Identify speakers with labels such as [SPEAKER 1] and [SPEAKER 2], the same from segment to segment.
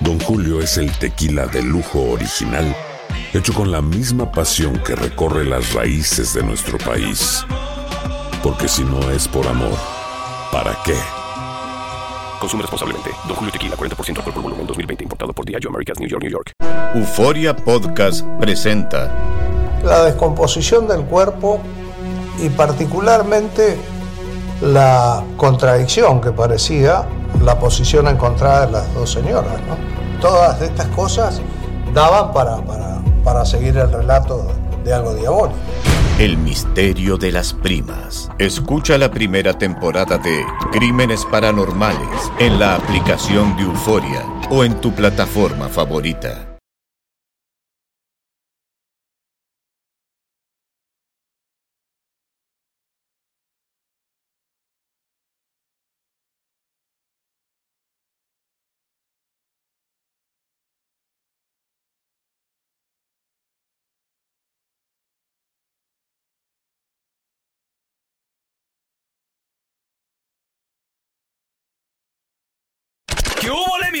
[SPEAKER 1] Don Julio es el tequila de lujo original, hecho con la misma pasión que recorre las raíces de nuestro país. Porque si no es por amor, ¿para qué?
[SPEAKER 2] Consume responsablemente. Don Julio Tequila, 40% alcohol por volumen, 2020. Importado por Diageo Americas, New York, New York.
[SPEAKER 3] Euforia Podcast presenta
[SPEAKER 4] la descomposición del cuerpo y particularmente la contradicción que parecía la posición encontrada de las dos señoras. ¿no? Todas estas cosas daban para, para, para seguir el relato de algo diabólico.
[SPEAKER 3] El misterio de las primas. Escucha la primera temporada de Crímenes Paranormales en la aplicación de Euforia o en tu plataforma favorita.
[SPEAKER 5] ¿Qué hubo, le, mi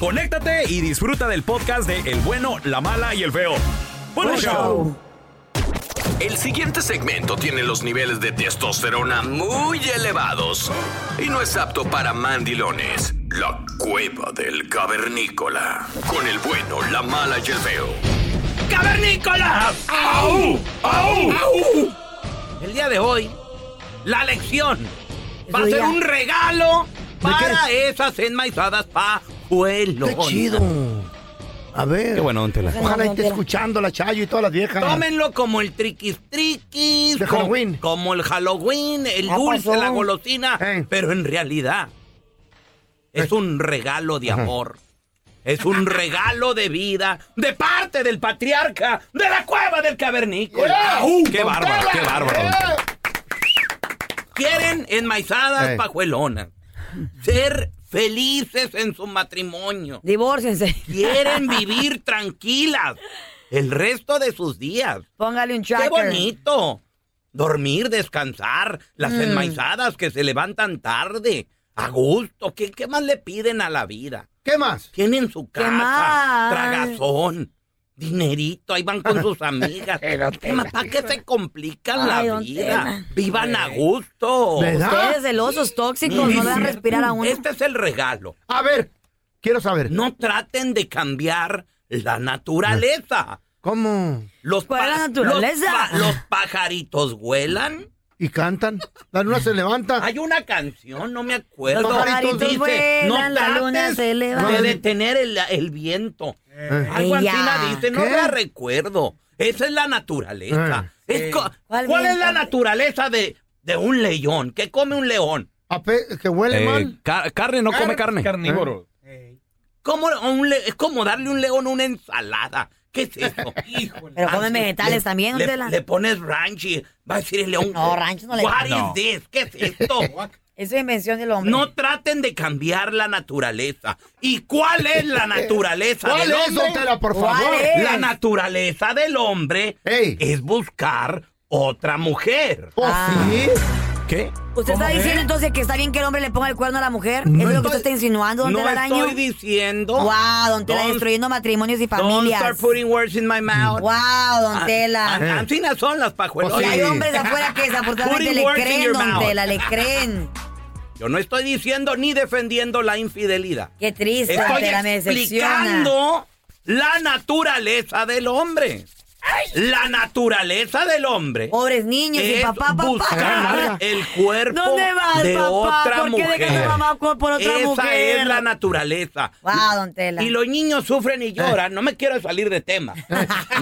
[SPEAKER 5] conéctate y disfruta del podcast de El bueno, la mala y el feo. ¡Buen show!
[SPEAKER 2] El siguiente Este segmento tiene los niveles de testosterona muy elevados y no es apto para mandilones. La cueva del cavernícola. Con el bueno, la mala y el feo.
[SPEAKER 6] ¡Cavernícola! ¡Au! ¡Au! El día de hoy, la lección va a
[SPEAKER 5] Eso
[SPEAKER 6] ser
[SPEAKER 5] ya.
[SPEAKER 6] un regalo para
[SPEAKER 5] qué
[SPEAKER 6] esas enmaizadas pajuelos.
[SPEAKER 7] Qué chido. A ver.
[SPEAKER 5] Qué bueno, don Tela.
[SPEAKER 7] Ojalá esté escuchando la Chayo y todas las viejas.
[SPEAKER 6] Tómenlo como el triquis triquis.
[SPEAKER 7] De
[SPEAKER 6] co-
[SPEAKER 7] Halloween.
[SPEAKER 6] Como el Halloween, el
[SPEAKER 7] Ya
[SPEAKER 6] dulce,
[SPEAKER 7] pasó.
[SPEAKER 6] la golosina. Pero en realidad, es un regalo de amor. Es un regalo de vida de parte del patriarca de la cueva del cavernícola.
[SPEAKER 5] ¡Eh! ¡Uh! ¡Qué ¡Don bárbaro, Tela! qué bárbaro!
[SPEAKER 6] Quieren enmaizadas
[SPEAKER 5] Eh.
[SPEAKER 6] pajuelonas. Ser felices en su matrimonio.
[SPEAKER 8] Divórciense.
[SPEAKER 6] Quieren vivir tranquilas el resto de sus días.
[SPEAKER 8] Póngale un
[SPEAKER 6] ¡Qué
[SPEAKER 8] tracker.
[SPEAKER 6] bonito! Dormir, descansar, las
[SPEAKER 8] Mm.
[SPEAKER 6] enmaizadas que se levantan tarde, a gusto. ¿Qué, qué más le piden a la vida?
[SPEAKER 7] ¿Qué más?
[SPEAKER 6] Tienen su casa,
[SPEAKER 8] más?
[SPEAKER 6] tragazón, dinerito, ahí van con sus amigas. ¿Para qué se complican
[SPEAKER 8] Ay,
[SPEAKER 6] la
[SPEAKER 8] don
[SPEAKER 6] vida?
[SPEAKER 8] Tela. Eh.
[SPEAKER 6] Vivan a gusto.
[SPEAKER 8] Ustedes celosos, tóxicos, no dejan respirar a uno.
[SPEAKER 6] Este es el regalo.
[SPEAKER 7] A ver, quiero saber.
[SPEAKER 6] No traten de cambiar la naturaleza.
[SPEAKER 7] ¿Cómo?
[SPEAKER 6] Los,
[SPEAKER 8] ¿Cuál es la naturaleza?
[SPEAKER 6] los pa- los pajaritos vuelan.
[SPEAKER 7] Y cantan. La luna se levanta.
[SPEAKER 6] Hay una canción, no me acuerdo.
[SPEAKER 7] Los pajaritos
[SPEAKER 6] Dice,
[SPEAKER 8] vuelan,
[SPEAKER 6] no
[SPEAKER 8] la
[SPEAKER 6] trates
[SPEAKER 8] luna se levanta". Eh.
[SPEAKER 6] De detener el, el viento. Algo así
[SPEAKER 8] Ella.
[SPEAKER 6] la dice, no
[SPEAKER 7] ¿Qué?
[SPEAKER 6] la recuerdo. Esa es la naturaleza. Es co-
[SPEAKER 8] Eh. ¿Cuál
[SPEAKER 6] ¿Cuál, es
[SPEAKER 8] viento?
[SPEAKER 6] la naturaleza de, de un león? ¿Qué come un león?
[SPEAKER 7] Ape- que huele
[SPEAKER 5] Eh,
[SPEAKER 7] mal.
[SPEAKER 5] car- carne, no come carne. Carnívoro.
[SPEAKER 6] Eh. ¿Cómo a un le- es como darle un león una ensalada. ¿Qué es eso?
[SPEAKER 8] Pero comen
[SPEAKER 6] Ah,
[SPEAKER 8] vegetales también,
[SPEAKER 6] le,
[SPEAKER 8] Tela.
[SPEAKER 6] le pones ranch y va a decir el león.
[SPEAKER 8] No, ranch no le-
[SPEAKER 6] What
[SPEAKER 5] No.
[SPEAKER 6] is this? ¿Qué es esto?
[SPEAKER 8] Eso es invención del hombre.
[SPEAKER 6] No traten de cambiar la naturaleza. ¿Y cuál es la naturaleza
[SPEAKER 7] ¿Cuál
[SPEAKER 6] del
[SPEAKER 7] es,
[SPEAKER 6] hombre?
[SPEAKER 7] Sotera, por
[SPEAKER 8] ¿Cuál favor? es?
[SPEAKER 6] La naturaleza del hombre
[SPEAKER 7] Ey.
[SPEAKER 6] es buscar otra mujer.
[SPEAKER 7] Pues
[SPEAKER 8] Ah.
[SPEAKER 7] sí.
[SPEAKER 9] ¿Qué?
[SPEAKER 8] ¿Usted está
[SPEAKER 7] ¿Cómo
[SPEAKER 8] diciendo
[SPEAKER 7] es?
[SPEAKER 8] entonces que está bien que el hombre le ponga el cuerno a la mujer?
[SPEAKER 6] No
[SPEAKER 8] ¿Eso es lo que
[SPEAKER 6] estoy-
[SPEAKER 8] usted está insinuando, don
[SPEAKER 6] no
[SPEAKER 8] Telaraño?
[SPEAKER 6] estoy diciendo.
[SPEAKER 8] Wow, don Tela,
[SPEAKER 6] Don't-
[SPEAKER 8] destruyendo matrimonios y
[SPEAKER 6] Don't
[SPEAKER 8] familias.
[SPEAKER 6] start putting words in my mouth.
[SPEAKER 8] Wow, don
[SPEAKER 6] Ah,
[SPEAKER 8] Tela.
[SPEAKER 6] ah, Antinas son las pajuelonas.
[SPEAKER 8] Y hay
[SPEAKER 7] Sí.
[SPEAKER 8] hombres afuera que desafortunadamente
[SPEAKER 6] Putting
[SPEAKER 8] le
[SPEAKER 6] words in
[SPEAKER 8] creen,
[SPEAKER 6] your
[SPEAKER 8] don
[SPEAKER 6] mouth.
[SPEAKER 8] Tela, le creen.
[SPEAKER 6] Yo no estoy diciendo ni defendiendo la infidelidad.
[SPEAKER 8] Qué triste, don
[SPEAKER 6] Estoy
[SPEAKER 8] Tela, me decepciona.
[SPEAKER 6] explicando la naturaleza del hombre. La naturaleza del hombre.
[SPEAKER 8] Pobres niños y
[SPEAKER 6] es
[SPEAKER 8] papá, papá.
[SPEAKER 6] buscar el cuerpo
[SPEAKER 8] ¿Dónde vas,
[SPEAKER 6] de
[SPEAKER 8] papá?
[SPEAKER 6] otra
[SPEAKER 8] ¿Por qué
[SPEAKER 6] mujer.
[SPEAKER 8] dejas a mamá con- por otra
[SPEAKER 6] Esa
[SPEAKER 8] mujer?
[SPEAKER 6] es la naturaleza.
[SPEAKER 8] Wow, don Tela.
[SPEAKER 6] Y los niños sufren y lloran. No me quiero salir de tema.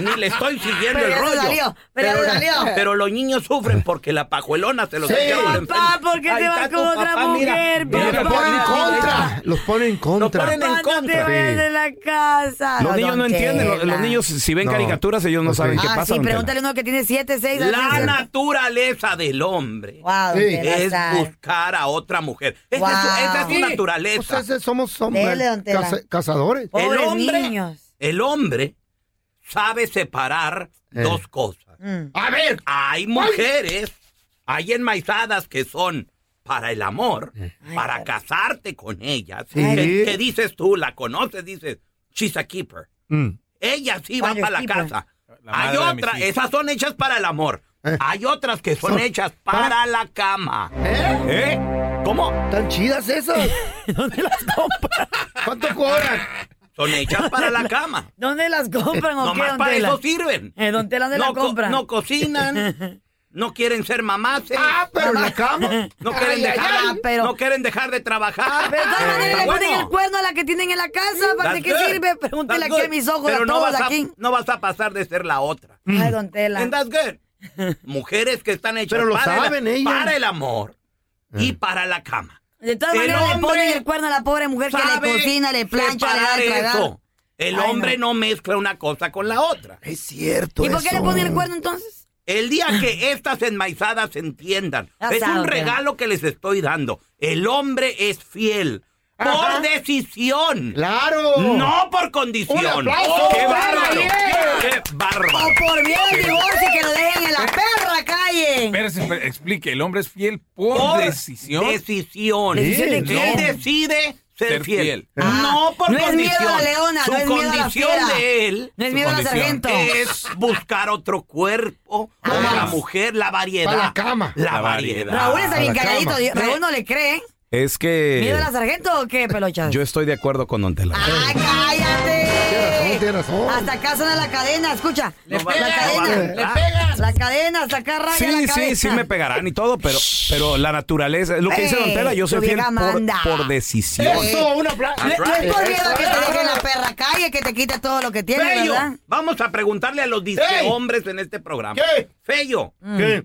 [SPEAKER 6] Ni le estoy siguiendo
[SPEAKER 8] Pero
[SPEAKER 6] el
[SPEAKER 8] ya le
[SPEAKER 6] rollo.
[SPEAKER 8] salió, pero ya le salió.
[SPEAKER 6] pero los niños sufren porque la pajuelona se los
[SPEAKER 7] Sí.
[SPEAKER 6] lleva por
[SPEAKER 8] Papá,
[SPEAKER 6] enfrente.
[SPEAKER 8] ¿por qué
[SPEAKER 6] Ahí
[SPEAKER 8] te
[SPEAKER 6] está
[SPEAKER 8] vas
[SPEAKER 6] tu
[SPEAKER 8] con otra
[SPEAKER 6] papá, mira.
[SPEAKER 8] mujer,
[SPEAKER 6] Mira,
[SPEAKER 7] Mira,
[SPEAKER 8] papá?
[SPEAKER 7] los ponen en contra. Los ponen en contra.
[SPEAKER 6] ponen en
[SPEAKER 8] Papá, no te
[SPEAKER 6] contra.
[SPEAKER 8] vayas de la casa.
[SPEAKER 9] Los
[SPEAKER 8] No,
[SPEAKER 9] niños
[SPEAKER 8] don
[SPEAKER 9] no entienden. lo-
[SPEAKER 8] Tela.
[SPEAKER 9] Los, niños, si ven
[SPEAKER 7] No.
[SPEAKER 9] caricaturas, ellos no
[SPEAKER 7] Pues sí.
[SPEAKER 9] saben qué
[SPEAKER 8] Ah,
[SPEAKER 9] pasa.
[SPEAKER 8] sí,
[SPEAKER 9] don Tela.
[SPEAKER 8] pregúntale uno que tiene 7, 6
[SPEAKER 6] La naturaleza del hombre
[SPEAKER 8] Wow, don Tela,
[SPEAKER 6] es
[SPEAKER 8] está-
[SPEAKER 6] buscar a otra mujer. Esa
[SPEAKER 8] Wow.
[SPEAKER 6] es su, esa es su
[SPEAKER 8] Sí,
[SPEAKER 6] naturaleza.
[SPEAKER 7] Pues ese somos, somos
[SPEAKER 8] Dele, don Tela.
[SPEAKER 7] caza- cazadores.
[SPEAKER 6] el
[SPEAKER 8] Pobres
[SPEAKER 6] hombre,
[SPEAKER 8] niños.
[SPEAKER 6] el hombre sabe separar
[SPEAKER 7] Eh.
[SPEAKER 6] dos cosas.
[SPEAKER 8] Mm.
[SPEAKER 7] A ver,
[SPEAKER 6] Hay mujeres, hay enmaizadas que son para el amor, para casarte con ellas.
[SPEAKER 7] Eh. Sí.
[SPEAKER 6] Que, que dices tú, la conoces, dices, she's a keeper.
[SPEAKER 9] Mm.
[SPEAKER 6] Ella sí va
[SPEAKER 8] Vaya,
[SPEAKER 6] para la
[SPEAKER 8] keeper.
[SPEAKER 6] casa.
[SPEAKER 9] La
[SPEAKER 6] hay
[SPEAKER 9] madre de
[SPEAKER 6] otras,
[SPEAKER 9] mis hijos.
[SPEAKER 6] esas son hechas para el amor.
[SPEAKER 7] Eh.
[SPEAKER 6] Hay otras que son hechas para la cama.
[SPEAKER 7] ¿eh?
[SPEAKER 6] ¿Eh? ¿Cómo?
[SPEAKER 7] ¿Tan chidas esas? ¿Dónde las compras? ¿Cuánto cobran?
[SPEAKER 6] Son hechas para la cama.
[SPEAKER 8] ¿Dónde las compran o qué,
[SPEAKER 6] Nomás
[SPEAKER 8] don
[SPEAKER 6] para
[SPEAKER 8] Tela?
[SPEAKER 6] eso sirven.
[SPEAKER 8] Eh, don Tela, ¿dónde la
[SPEAKER 6] no
[SPEAKER 8] compran?
[SPEAKER 6] no cocinan, no quieren ser mamás, eh,
[SPEAKER 7] Ah, pero en la cama.
[SPEAKER 6] no, quieren
[SPEAKER 7] Ay, ay,
[SPEAKER 6] dejar,
[SPEAKER 7] ay.
[SPEAKER 8] ay, pero-
[SPEAKER 6] no quieren dejar de trabajar.
[SPEAKER 8] Ah, Pero de todas maneras
[SPEAKER 6] Eh, Está
[SPEAKER 8] le ponen
[SPEAKER 6] bueno.
[SPEAKER 8] el cuerno a la que tienen en la casa. ¿Para
[SPEAKER 6] That's
[SPEAKER 8] qué
[SPEAKER 6] good.
[SPEAKER 8] sirve? Pregúntele
[SPEAKER 6] That's
[SPEAKER 8] aquí
[SPEAKER 6] good.
[SPEAKER 8] a mis ojos
[SPEAKER 6] Pero
[SPEAKER 8] a
[SPEAKER 6] no
[SPEAKER 8] todos
[SPEAKER 6] vas a- Mm.
[SPEAKER 8] aquí.
[SPEAKER 6] no vas a pasar de ser la otra.
[SPEAKER 8] Ay, don Tela.
[SPEAKER 6] And that's good. Mujeres que están hechas
[SPEAKER 7] Pero lo
[SPEAKER 6] para,
[SPEAKER 7] saben
[SPEAKER 6] el,
[SPEAKER 7] ellas. Eh.
[SPEAKER 6] para el amor y para la cama.
[SPEAKER 8] De todas
[SPEAKER 6] El
[SPEAKER 8] maneras le
[SPEAKER 6] hombre
[SPEAKER 8] ponen el cuerno a la pobre mujer que le
[SPEAKER 6] Sabe
[SPEAKER 8] cocina, le plancha, le da
[SPEAKER 6] separar
[SPEAKER 8] de tragar.
[SPEAKER 6] eso. El
[SPEAKER 8] Ay,
[SPEAKER 6] hombre
[SPEAKER 8] no.
[SPEAKER 6] no. mezcla una cosa con la otra.
[SPEAKER 7] Es cierto
[SPEAKER 8] ¿Y por qué le
[SPEAKER 7] eso.
[SPEAKER 8] ponen el cuerno entonces?
[SPEAKER 6] El día que estas enmaizadas entiendan,
[SPEAKER 8] Ya
[SPEAKER 6] es
[SPEAKER 8] saben,
[SPEAKER 6] un
[SPEAKER 8] ya.
[SPEAKER 6] regalo que les estoy dando. El hombre es fiel por
[SPEAKER 7] Ajá.
[SPEAKER 6] decisión.
[SPEAKER 7] ¡Claro!
[SPEAKER 6] No por condición.
[SPEAKER 7] Un aplauso.
[SPEAKER 6] ¡Qué bárbaro!
[SPEAKER 7] Bien.
[SPEAKER 6] ¡Qué bárbaro! Eh.
[SPEAKER 8] O Oh, por miedo al divorcio que lo dejen en la perra calle.
[SPEAKER 10] Espérese, espérese, explique, el hombre es fiel por,
[SPEAKER 6] Por
[SPEAKER 10] decisión.
[SPEAKER 6] decisión.
[SPEAKER 8] ¿Decisión de
[SPEAKER 6] Él
[SPEAKER 8] quién?
[SPEAKER 6] decide ser,
[SPEAKER 10] Ser
[SPEAKER 6] fiel. Ah,
[SPEAKER 10] fiel.
[SPEAKER 6] no por
[SPEAKER 8] no es
[SPEAKER 6] condición.
[SPEAKER 8] miedo a la leona,
[SPEAKER 6] Su
[SPEAKER 8] no es miedo a la
[SPEAKER 6] condición
[SPEAKER 8] fiera.
[SPEAKER 6] de él
[SPEAKER 8] No es
[SPEAKER 10] Su
[SPEAKER 8] miedo a la
[SPEAKER 10] condición.
[SPEAKER 8] sargento.
[SPEAKER 6] es buscar otro cuerpo, otra
[SPEAKER 7] Ah.
[SPEAKER 6] mujer, la variedad.
[SPEAKER 7] Para la cama.
[SPEAKER 6] La,
[SPEAKER 10] La
[SPEAKER 6] variedad.
[SPEAKER 10] variedad.
[SPEAKER 8] Raúl está
[SPEAKER 7] a
[SPEAKER 8] bien
[SPEAKER 7] la
[SPEAKER 8] calladito.
[SPEAKER 7] cama.
[SPEAKER 8] Dios- Raúl no le cree.
[SPEAKER 9] Es
[SPEAKER 8] ¿Miedo
[SPEAKER 9] que
[SPEAKER 8] a la sargento o qué, pelochas?
[SPEAKER 9] Eh. yo estoy de acuerdo con Don Tela.
[SPEAKER 8] ¡Ah, cállate!
[SPEAKER 7] Tiene razón, tiene
[SPEAKER 9] Oh.
[SPEAKER 7] razón.
[SPEAKER 8] Hasta acá suena la cadena, escucha. la cadena.
[SPEAKER 6] pegan, le pegan.
[SPEAKER 8] La cadena, hasta acá raya
[SPEAKER 9] Sí,
[SPEAKER 8] la cabeza.
[SPEAKER 9] sí, sí me pegarán y todo, pero, pero la naturaleza, lo que dice Don
[SPEAKER 8] Ey,
[SPEAKER 9] Tela, yo soy
[SPEAKER 8] tu
[SPEAKER 9] fiel
[SPEAKER 8] vieja
[SPEAKER 9] por,
[SPEAKER 8] manda.
[SPEAKER 9] por decisión.
[SPEAKER 7] ¡Eso! ¡Una plaza!
[SPEAKER 8] Eh, No no es por miedo a que te dejen la perra calle, que te quite todo lo que tienes,
[SPEAKER 6] Fello,
[SPEAKER 8] ¿verdad?
[SPEAKER 6] vamos a preguntarle a los disque hombres en este programa.
[SPEAKER 7] ¿Qué?
[SPEAKER 6] Fello,
[SPEAKER 7] ¿Qué?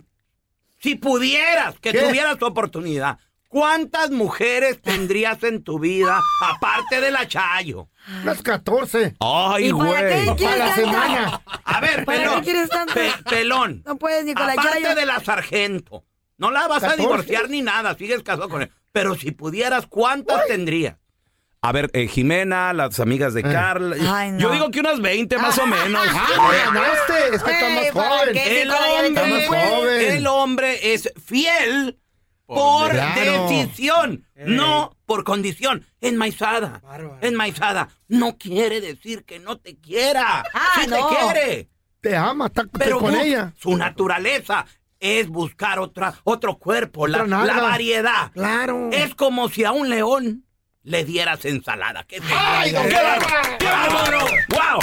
[SPEAKER 6] si pudieras, que
[SPEAKER 7] ¿Qué?
[SPEAKER 6] tuvieras tu oportunidad, ¿cuántas mujeres tendrías en tu vida aparte de la Chayo?
[SPEAKER 7] Unas 14.
[SPEAKER 9] Ay,
[SPEAKER 8] ¿Y para qué
[SPEAKER 9] güey.
[SPEAKER 7] A
[SPEAKER 8] quieres
[SPEAKER 7] la
[SPEAKER 8] tanta?
[SPEAKER 7] semana.
[SPEAKER 6] A ver,
[SPEAKER 8] ¿Para
[SPEAKER 6] pelón.
[SPEAKER 8] qué quieres tanto?
[SPEAKER 6] Pe- pelón.
[SPEAKER 8] No puedes ni con la
[SPEAKER 6] aparte
[SPEAKER 8] Chayo.
[SPEAKER 6] de la sargento. No la vas a
[SPEAKER 7] 14.
[SPEAKER 6] divorciar ni nada, sigues casado con él. Pero si pudieras, ¿cuántas tendrías?
[SPEAKER 9] A ver, eh, Jimena, las amigas de Carla.
[SPEAKER 8] Ay, no.
[SPEAKER 9] Yo digo que unas 20 más o menos.
[SPEAKER 7] ¡Ah, ganaste! Es que está
[SPEAKER 8] Ey,
[SPEAKER 7] más
[SPEAKER 8] ¿para
[SPEAKER 7] joven.
[SPEAKER 8] qué?
[SPEAKER 6] El
[SPEAKER 8] Sí, con la llave
[SPEAKER 7] también
[SPEAKER 6] hombre,
[SPEAKER 7] puede.
[SPEAKER 6] el hombre es fiel por
[SPEAKER 7] Claro.
[SPEAKER 6] decisión, no por condición. Enmaizada, enmaizada, no quiere decir que no te quiera.
[SPEAKER 8] Ah,
[SPEAKER 6] sí
[SPEAKER 8] no.
[SPEAKER 6] te quiere,
[SPEAKER 7] Te ama, está está
[SPEAKER 6] pero
[SPEAKER 7] con
[SPEAKER 6] bus-
[SPEAKER 7] ella.
[SPEAKER 6] su naturaleza es buscar otra, otro cuerpo, la,
[SPEAKER 7] Otra nalga.
[SPEAKER 6] la variedad.
[SPEAKER 7] Claro.
[SPEAKER 6] Es como si a un león le dieras ensalada. ¿Qué te-
[SPEAKER 7] ¡Ay, don
[SPEAKER 6] ¡Qué
[SPEAKER 7] Tela!
[SPEAKER 6] bárbaro! ¡Qué bárbaro! ¡Wow!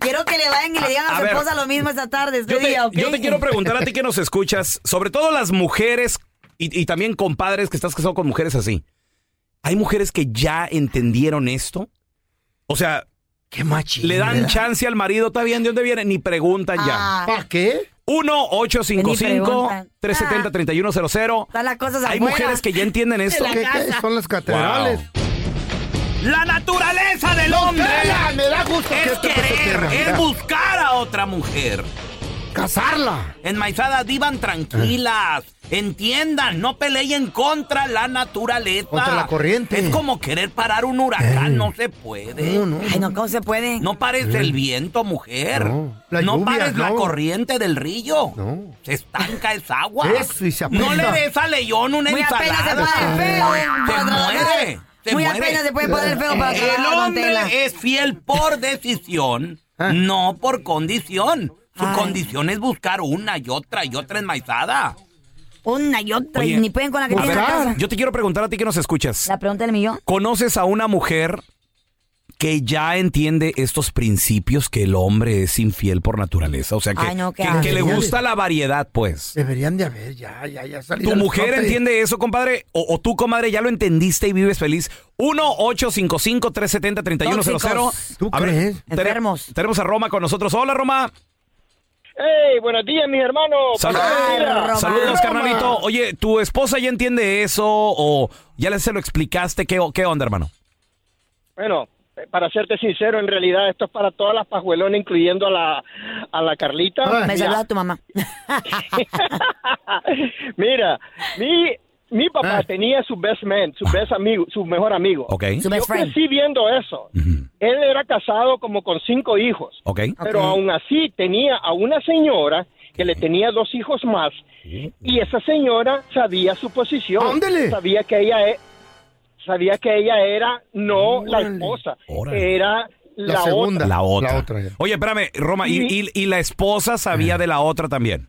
[SPEAKER 8] Quiero que le vayan y le digan a,
[SPEAKER 9] A
[SPEAKER 8] su
[SPEAKER 9] ver.
[SPEAKER 8] esposa lo mismo esta tarde, este
[SPEAKER 9] Yo te,
[SPEAKER 8] día, ¿ok?
[SPEAKER 9] yo te quiero preguntar a ti que nos escuchas, sobre todo las mujeres y, y también compadres que estás casado con mujeres así. ¿Hay mujeres que ya entendieron esto? O sea,
[SPEAKER 7] ¡Qué machín!
[SPEAKER 9] le dan chance al marido, está bien, ¿de dónde viene? Ni preguntan ya.
[SPEAKER 8] Ah,
[SPEAKER 7] ¿Para qué?
[SPEAKER 8] Ni preguntan.
[SPEAKER 9] 1-855-370-3100.
[SPEAKER 8] están las cosas
[SPEAKER 9] Hay
[SPEAKER 8] afuera.
[SPEAKER 9] mujeres que ya entienden esto.
[SPEAKER 7] ¿Qué, qué? Son las catedrales.
[SPEAKER 6] La naturaleza del hombre.
[SPEAKER 7] ¡Tela! Me da gusto que
[SPEAKER 6] Es
[SPEAKER 7] toque este
[SPEAKER 6] querer,
[SPEAKER 7] tema,
[SPEAKER 6] es
[SPEAKER 7] mira.
[SPEAKER 6] buscar a otra mujer.
[SPEAKER 7] Casarla.
[SPEAKER 6] Enmaizadas, vivan tranquilas. Entiendan, no peleen contra la naturaleza.
[SPEAKER 7] Contra la corriente.
[SPEAKER 6] Es como querer parar un huracán, no se puede.
[SPEAKER 8] No, no. Ay, no, ¿cómo se puede?
[SPEAKER 6] No pares el viento, mujer.
[SPEAKER 7] No,
[SPEAKER 6] No,
[SPEAKER 7] la lluvia,
[SPEAKER 6] pares la
[SPEAKER 7] no.
[SPEAKER 6] corriente del río.
[SPEAKER 7] No.
[SPEAKER 6] Se estanca esa agua.
[SPEAKER 7] Eso, y se
[SPEAKER 6] no le
[SPEAKER 7] aprieta.
[SPEAKER 6] des a León una
[SPEAKER 8] Muy apenas se
[SPEAKER 6] ensalada.
[SPEAKER 8] para el feo.
[SPEAKER 6] Se
[SPEAKER 8] para
[SPEAKER 6] muere.
[SPEAKER 8] tragar.
[SPEAKER 6] se
[SPEAKER 8] Muy
[SPEAKER 6] muere.
[SPEAKER 8] apenas se puede parar el feo para
[SPEAKER 11] Eh,
[SPEAKER 8] tragar,
[SPEAKER 6] El
[SPEAKER 8] don Tela.
[SPEAKER 6] hombre es fiel por decisión, no por condición. Su
[SPEAKER 8] Ah. Ay.
[SPEAKER 6] condición es buscar una y otra y otra enmaizada.
[SPEAKER 8] Una y otra y
[SPEAKER 11] Oye,
[SPEAKER 8] ni pueden con la que tienen en la casa.
[SPEAKER 11] Yo te quiero preguntar a ti que nos escuchas.
[SPEAKER 8] La pregunta del millón.
[SPEAKER 11] ¿Conoces a una mujer que ya entiende estos principios que el hombre es infiel por naturaleza? O sea, que,
[SPEAKER 8] Ay, no, qué
[SPEAKER 11] que- que le
[SPEAKER 7] asco.
[SPEAKER 11] gusta la variedad, pues.
[SPEAKER 7] Deberían de haber, ya, ya, ya salido.
[SPEAKER 11] ¿Tu
[SPEAKER 7] al
[SPEAKER 11] mujer
[SPEAKER 7] tope.
[SPEAKER 11] entiende eso, compadre? O, o tú, comadre, ya lo entendiste y vives feliz? 1-855-370-3100.
[SPEAKER 7] ¿Tú
[SPEAKER 11] A ver,
[SPEAKER 7] crees?
[SPEAKER 11] tene-
[SPEAKER 8] Enfermos.
[SPEAKER 11] Tenemos a Roma con nosotros. Hola, Roma.
[SPEAKER 12] ¡Hey! Buenos días, mis hermanos.
[SPEAKER 11] Salud-
[SPEAKER 8] Ay, Roma.
[SPEAKER 11] Saludos,
[SPEAKER 8] Roma.
[SPEAKER 11] carnalito. Oye, ¿tu esposa ya entiende eso o ya le- se lo explicaste? ¿Qué, o- qué onda, hermano?
[SPEAKER 12] Bueno, eh, para serte sincero, en realidad esto es para todas las pajuelonas, incluyendo a la, a la Carlita.
[SPEAKER 7] Ah.
[SPEAKER 8] Me
[SPEAKER 12] Mira,
[SPEAKER 8] saluda tu mamá.
[SPEAKER 12] Mira, mi, mi papá
[SPEAKER 7] Ah.
[SPEAKER 12] tenía su best man, su best amigo, su mejor amigo.
[SPEAKER 11] Ok.
[SPEAKER 8] Su
[SPEAKER 12] Yo
[SPEAKER 8] best friend.
[SPEAKER 12] crecí viendo eso.
[SPEAKER 11] Ujú.
[SPEAKER 12] Él era casado como con cinco hijos,
[SPEAKER 11] Ok.
[SPEAKER 12] pero aún así tenía a una señora que le tenía dos hijos más y esa señora sabía su posición.
[SPEAKER 7] Ándele.
[SPEAKER 12] Sabía que ella e- sabía que ella era no la
[SPEAKER 7] Órale.
[SPEAKER 12] esposa,
[SPEAKER 11] Órale.
[SPEAKER 12] era la,
[SPEAKER 7] La, segunda.
[SPEAKER 12] otra.
[SPEAKER 11] La otra.
[SPEAKER 7] La otra, ya. Eh.
[SPEAKER 11] Oye, espérame, Roma, y, y- y la esposa sabía de la otra también.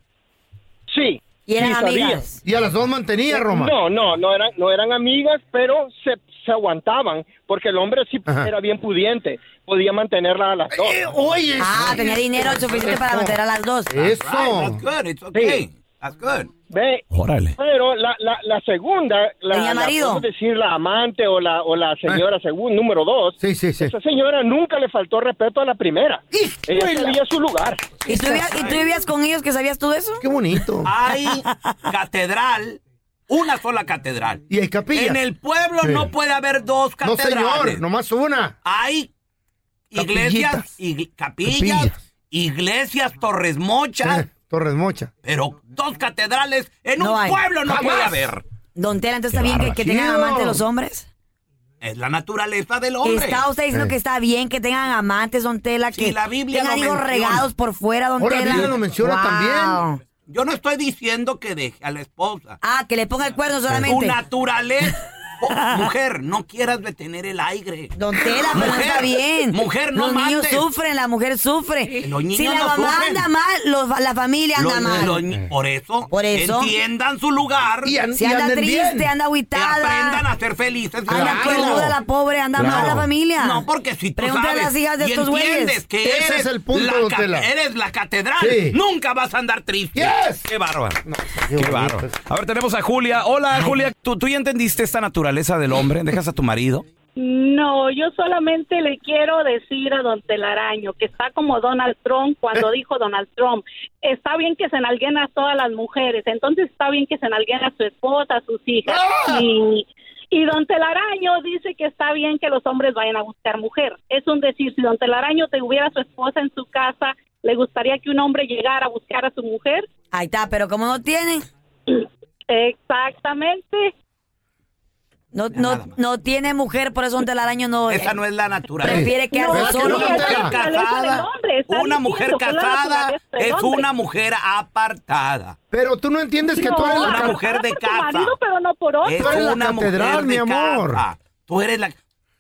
[SPEAKER 12] Sí.
[SPEAKER 8] Y eran
[SPEAKER 12] sí sabía.
[SPEAKER 8] amigas.
[SPEAKER 7] Y a las dos mantenía, Roma.
[SPEAKER 12] No, no, no eran, no eran amigas, pero se, se aguantaban, porque el hombre sí
[SPEAKER 7] Ajá.
[SPEAKER 12] era bien pudiente, podía mantenerla a las dos.
[SPEAKER 7] Eh, oye.
[SPEAKER 8] Ah,
[SPEAKER 7] sí.
[SPEAKER 8] tenía dinero suficiente para
[SPEAKER 7] Eso.
[SPEAKER 8] mantener a las dos.
[SPEAKER 7] Eso.
[SPEAKER 6] good, it's
[SPEAKER 12] okay.
[SPEAKER 6] That's good.
[SPEAKER 12] Ve,
[SPEAKER 11] Órale.
[SPEAKER 12] pero la, la, la segunda,
[SPEAKER 8] Tenía
[SPEAKER 12] la, la
[SPEAKER 8] marido.
[SPEAKER 12] podemos decir la amante o la, o la señora según número dos,
[SPEAKER 7] Sí, sí, sí.
[SPEAKER 12] esa señora nunca le faltó respeto a la primera. Ella sabía su lugar.
[SPEAKER 8] ¿Y tú, vivías, ¿Y tú vivías con ellos que sabías todo eso?
[SPEAKER 7] Qué bonito.
[SPEAKER 6] Hay catedral, una sola catedral.
[SPEAKER 7] Y hay capillas.
[SPEAKER 6] En el pueblo
[SPEAKER 7] Sí.
[SPEAKER 6] no puede haber dos
[SPEAKER 7] No,
[SPEAKER 6] catedrales.
[SPEAKER 7] señor, nomás una.
[SPEAKER 6] Hay iglesias,
[SPEAKER 7] Capillitas.
[SPEAKER 6] ig- capillas,
[SPEAKER 7] Capillas.
[SPEAKER 6] iglesias, torres mochas,
[SPEAKER 7] Eh, Torres Mocha.
[SPEAKER 6] pero dos catedrales en
[SPEAKER 8] No
[SPEAKER 6] un
[SPEAKER 8] hay.
[SPEAKER 6] pueblo no
[SPEAKER 7] Jamás.
[SPEAKER 6] puede haber.
[SPEAKER 8] Don Tela, entonces
[SPEAKER 11] Qué
[SPEAKER 8] está bien que,
[SPEAKER 11] bárbaro.
[SPEAKER 8] que tengan
[SPEAKER 7] Chido.
[SPEAKER 8] amantes los hombres.
[SPEAKER 6] Es la naturaleza del hombre.
[SPEAKER 8] Está usted diciendo
[SPEAKER 7] Eh.
[SPEAKER 8] que está bien que tengan amantes, don Tela,
[SPEAKER 6] Si
[SPEAKER 8] que
[SPEAKER 6] la Biblia
[SPEAKER 8] tengan
[SPEAKER 6] lo
[SPEAKER 8] hijos
[SPEAKER 6] menciona.
[SPEAKER 8] regados por fuera, don
[SPEAKER 7] Ahora, la
[SPEAKER 8] Tela.
[SPEAKER 7] Biblia lo menciona también.
[SPEAKER 6] Yo no estoy diciendo que deje a la esposa.
[SPEAKER 8] Ah, que le ponga el cuerno
[SPEAKER 6] Tu
[SPEAKER 8] solamente.
[SPEAKER 6] naturaleza. Oh, mujer, no quieras detener el aire.
[SPEAKER 8] Don Tela, pero no
[SPEAKER 6] Mujer,
[SPEAKER 8] está bien.
[SPEAKER 6] mujer, no
[SPEAKER 8] Los niños
[SPEAKER 6] mates.
[SPEAKER 8] sufren, la mujer sufre.
[SPEAKER 6] Los niños
[SPEAKER 8] si la
[SPEAKER 6] no
[SPEAKER 8] mamá
[SPEAKER 6] sufren.
[SPEAKER 8] anda mal, los- la familia anda
[SPEAKER 6] Los-
[SPEAKER 8] mal.
[SPEAKER 6] los ni- por eso,
[SPEAKER 8] Por eso.
[SPEAKER 6] entiendan su lugar.
[SPEAKER 7] Y an-
[SPEAKER 8] si
[SPEAKER 7] y
[SPEAKER 8] anda
[SPEAKER 7] anden
[SPEAKER 8] triste,
[SPEAKER 7] bien.
[SPEAKER 8] anda
[SPEAKER 6] que aprendan
[SPEAKER 8] agüitada,
[SPEAKER 6] a ser felices.
[SPEAKER 8] anda
[SPEAKER 7] Claro.
[SPEAKER 8] cuernuda la pobre, anda mal la familia.
[SPEAKER 6] No, porque si tú
[SPEAKER 8] Pregúntale
[SPEAKER 6] sabes
[SPEAKER 8] a las hijas de
[SPEAKER 6] y
[SPEAKER 8] estos
[SPEAKER 6] entiendes
[SPEAKER 8] güeyes.
[SPEAKER 6] que
[SPEAKER 7] Ese
[SPEAKER 6] eres,
[SPEAKER 7] es el punto, don
[SPEAKER 6] la ca-
[SPEAKER 7] Tela.
[SPEAKER 6] eres la catedral,
[SPEAKER 7] Sí.
[SPEAKER 6] nunca vas a andar triste.
[SPEAKER 7] Yes.
[SPEAKER 6] ¡Qué bárbaro!
[SPEAKER 7] Qué
[SPEAKER 11] Qué
[SPEAKER 7] bonito.
[SPEAKER 11] bárbaro. A ver, tenemos a Julia. Hola, Julia. ¿Tú, ¿Tú ya entendiste esta naturaleza del hombre? ¿Dejas a tu marido?
[SPEAKER 13] No, yo solamente le quiero decir a don Telaraño que está como Donald Trump cuando dijo Donald Trump, está bien que se nalguen a todas las mujeres, entonces está bien que se nalguen a su esposa, a sus hijas.
[SPEAKER 6] ¡Ah!
[SPEAKER 13] Y, y don Telaraño dice que está bien que los hombres vayan a buscar mujer. Es un decir, si don Telaraño tuviera a su esposa en su casa, ¿le gustaría que un hombre llegara a buscar a su mujer?
[SPEAKER 8] Ahí está, pero como no tienen,
[SPEAKER 13] Exactamente.
[SPEAKER 8] no, no, no tiene mujer, por eso don telaraño no. eh,
[SPEAKER 6] Esa no es la naturaleza.
[SPEAKER 8] Prefiere quedarse
[SPEAKER 7] ¿verdad que
[SPEAKER 8] solo.
[SPEAKER 7] no, don
[SPEAKER 6] Una mujer
[SPEAKER 7] Tela?
[SPEAKER 6] casada, una mujer casada es una mujer apartada.
[SPEAKER 7] Pero tú no entiendes que tú eres la
[SPEAKER 6] una
[SPEAKER 7] ca-
[SPEAKER 6] mujer de
[SPEAKER 13] Tu
[SPEAKER 6] casa.
[SPEAKER 13] marido, pero no por otro.
[SPEAKER 6] Es
[SPEAKER 7] Tú eres la
[SPEAKER 6] una mujer
[SPEAKER 7] catedral, mi
[SPEAKER 6] de
[SPEAKER 7] amor.
[SPEAKER 6] casa. Tú eres la.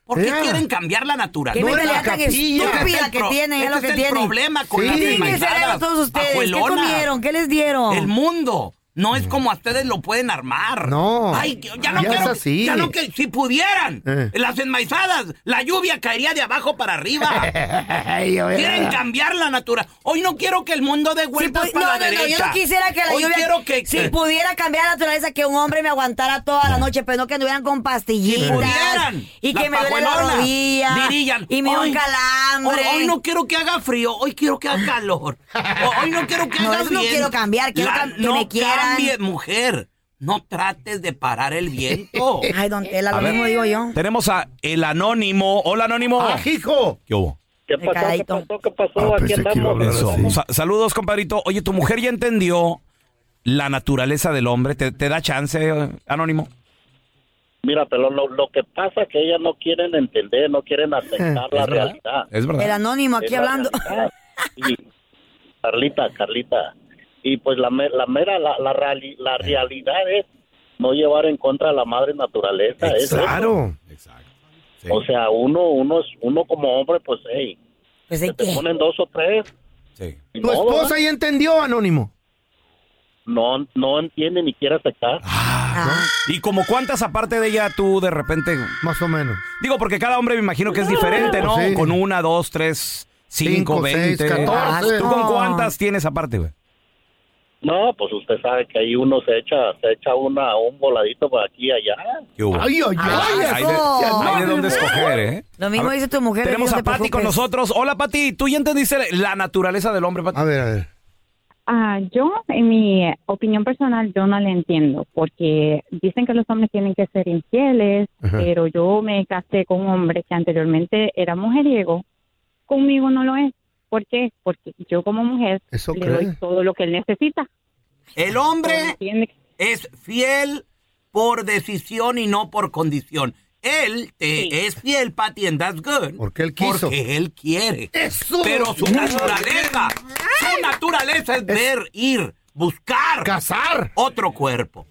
[SPEAKER 6] ¿Por qué
[SPEAKER 7] Ea.
[SPEAKER 6] quieren cambiar la
[SPEAKER 8] ¿Qué
[SPEAKER 6] naturaleza?
[SPEAKER 7] No era
[SPEAKER 8] mentalidad
[SPEAKER 7] la
[SPEAKER 8] tan
[SPEAKER 7] capilla.
[SPEAKER 6] Este es
[SPEAKER 8] estúpida
[SPEAKER 6] el
[SPEAKER 8] que
[SPEAKER 6] pro-
[SPEAKER 8] tienen? Es
[SPEAKER 6] este
[SPEAKER 8] lo que
[SPEAKER 6] es el
[SPEAKER 8] tienen.
[SPEAKER 6] problema con
[SPEAKER 7] Sí.
[SPEAKER 6] las
[SPEAKER 7] Tienen
[SPEAKER 8] Tienen
[SPEAKER 6] desmaizadas,
[SPEAKER 8] cerebro todos ustedes. ¿Qué
[SPEAKER 6] ajuelonas.
[SPEAKER 8] comieron? ¿Qué les dieron?
[SPEAKER 6] El mundo no es como a ustedes lo pueden armar.
[SPEAKER 7] No.
[SPEAKER 6] Ay, ya no
[SPEAKER 7] Ya es
[SPEAKER 6] quiero.
[SPEAKER 7] así.
[SPEAKER 6] Ya no que si pudieran.
[SPEAKER 7] Eh.
[SPEAKER 6] Las enmaizadas, la lluvia caería de abajo para arriba. Quieren cambiar la natura. Hoy no quiero que el mundo dé
[SPEAKER 8] Si
[SPEAKER 6] vueltas
[SPEAKER 8] pu- pues,
[SPEAKER 6] para
[SPEAKER 8] no, no,
[SPEAKER 6] la
[SPEAKER 8] no,
[SPEAKER 6] derecha.
[SPEAKER 8] yo no quisiera que la
[SPEAKER 6] Hoy
[SPEAKER 8] lluvia.
[SPEAKER 6] quiero que
[SPEAKER 8] si
[SPEAKER 6] que-
[SPEAKER 8] pudiera cambiar la naturaleza, que un hombre me aguantara toda la noche, pero no que anduvieran con pastillitas.
[SPEAKER 6] Si pudieran,
[SPEAKER 8] y que
[SPEAKER 6] las
[SPEAKER 8] me duele la
[SPEAKER 6] pajuelonas
[SPEAKER 8] rodilla.
[SPEAKER 6] dirían,
[SPEAKER 8] y me dio un
[SPEAKER 6] "Ay,
[SPEAKER 8] calambre.
[SPEAKER 6] Hoy, hoy no quiero que haga frío, hoy quiero que haga calor. O- Hoy no quiero que
[SPEAKER 8] No,
[SPEAKER 6] haga
[SPEAKER 8] eso no
[SPEAKER 6] bien.
[SPEAKER 8] quiero cambiar, quiero cam- que
[SPEAKER 6] no
[SPEAKER 8] me quieran.
[SPEAKER 6] cambies, mujer. No trates de parar el viento.
[SPEAKER 8] Ay, don Tela,
[SPEAKER 11] A
[SPEAKER 8] lo
[SPEAKER 11] ver.
[SPEAKER 8] mismo digo yo.
[SPEAKER 11] Tenemos a el anónimo. Hola, anónimo.
[SPEAKER 7] Ajijo.
[SPEAKER 11] ¿Qué hubo?
[SPEAKER 12] ¿Qué
[SPEAKER 8] Me pasó? ¿Qué cagadito. pasó?
[SPEAKER 12] ¿Qué pasó?
[SPEAKER 9] Ah, Aquí pensé que iba a andamos. hablar
[SPEAKER 11] Eso.
[SPEAKER 9] así.
[SPEAKER 11] Sa- saludos, compadrito. Oye, tu mujer ya entendió
[SPEAKER 6] la naturaleza del hombre? ¿Te, te da chance, eh, Anónimo?
[SPEAKER 14] Mira, pero lo, lo que pasa es que ellas no quieren entender, no quieren aceptar la
[SPEAKER 6] verdad,
[SPEAKER 14] realidad.
[SPEAKER 6] es verdad.
[SPEAKER 8] El anónimo aquí
[SPEAKER 14] Es la
[SPEAKER 8] hablando.
[SPEAKER 14] realidad. Y- Carlita, Carlita. Y pues la, me- la mera, la, la, reali- la realidad es no llevar en contra a la madre naturaleza. es eso.
[SPEAKER 7] Claro.
[SPEAKER 14] O sea, uno, uno, es, uno como hombre, pues, hey,
[SPEAKER 8] se
[SPEAKER 14] te ponen dos o tres. Y
[SPEAKER 7] ¿Tu
[SPEAKER 14] no,
[SPEAKER 7] esposa
[SPEAKER 14] ¿verdad?
[SPEAKER 7] ahí entendió, Anónimo?
[SPEAKER 14] no, no entiende ni quiere aceptar.
[SPEAKER 6] Ah,
[SPEAKER 8] Ah.
[SPEAKER 6] ¿Y como cuántas aparte de ella tú de repente?
[SPEAKER 7] Más o menos.
[SPEAKER 6] Digo, porque cada hombre me imagino que es diferente, ¿no?
[SPEAKER 7] Sí.
[SPEAKER 6] Con una, dos, tres, cinco,
[SPEAKER 7] Cinco, seis,
[SPEAKER 6] veinte.
[SPEAKER 7] catorce.
[SPEAKER 6] ¿Tú con cuántas tienes aparte, güey?
[SPEAKER 14] No, pues usted sabe que ahí uno se echa, se echa una, un voladito por aquí y allá.
[SPEAKER 7] Ay, ay, ay,
[SPEAKER 6] Hay de,
[SPEAKER 8] eso.
[SPEAKER 6] hay de dónde escoger, ¿eh?
[SPEAKER 8] Lo mismo
[SPEAKER 6] A ver,
[SPEAKER 8] dice tu mujer.
[SPEAKER 6] Tenemos
[SPEAKER 8] no
[SPEAKER 6] a
[SPEAKER 8] te
[SPEAKER 6] Pati con
[SPEAKER 8] preocupes.
[SPEAKER 6] nosotros. Hola, Pati. ¿Tú ya entendiste la naturaleza del hombre, Pati?
[SPEAKER 7] A ver, a ver.
[SPEAKER 15] Ah, yo, en mi opinión personal, yo no la entiendo, porque dicen que los hombres tienen que ser infieles,
[SPEAKER 16] Ajá.
[SPEAKER 15] pero yo me casé con un hombre que anteriormente era mujeriego, conmigo no lo es. ¿Por qué? Porque yo como mujer le doy todo lo que él necesita.
[SPEAKER 4] El hombre es fiel por decisión y no por condición. Él te es fiel, Patty, and that's good. Porque él quiso. Porque él quiere.
[SPEAKER 7] ¡Eso!
[SPEAKER 4] Pero su
[SPEAKER 7] Muy
[SPEAKER 4] naturaleza, su naturaleza es, ver, ir, buscar.
[SPEAKER 7] Cazar.
[SPEAKER 4] Otro cuerpo.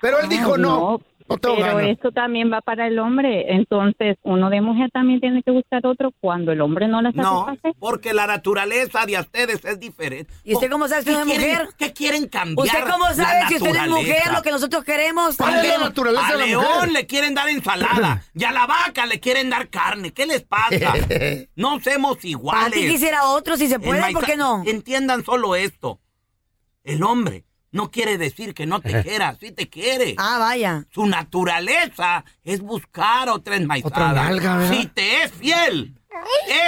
[SPEAKER 7] Pero él dijo no. No tengo
[SPEAKER 15] Pero
[SPEAKER 7] ganas.
[SPEAKER 15] eso también va para el hombre, entonces uno de mujer también tiene que buscar otro cuando el hombre no la
[SPEAKER 4] No,
[SPEAKER 15] satisface.
[SPEAKER 4] porque la naturaleza de ustedes es diferente. Oh,
[SPEAKER 15] ¿Y usted cómo sabe si
[SPEAKER 4] ¿Qué
[SPEAKER 15] uno es
[SPEAKER 4] quieren-
[SPEAKER 15] mujer?
[SPEAKER 4] ¿Qué quieren cambiar?
[SPEAKER 8] ¿Usted cómo
[SPEAKER 4] la
[SPEAKER 8] sabe si usted es
[SPEAKER 4] naturaleza?
[SPEAKER 8] mujer lo que nosotros queremos? También.
[SPEAKER 4] a león le quieren dar ensalada y a la vaca le quieren dar carne. ¿Qué les pasa? No somos iguales.
[SPEAKER 8] Para ti quisiera otro, si se
[SPEAKER 4] En
[SPEAKER 8] puede,
[SPEAKER 4] Maiza-
[SPEAKER 8] ¿por qué no?
[SPEAKER 4] Entiendan solo esto. El hombre no quiere decir que no te quiera, sí te quiere.
[SPEAKER 8] Ah, vaya.
[SPEAKER 4] Su naturaleza es buscar otra
[SPEAKER 8] Otra
[SPEAKER 4] enmaizada.
[SPEAKER 8] nalga, ¿verdad?
[SPEAKER 4] si te es fiel,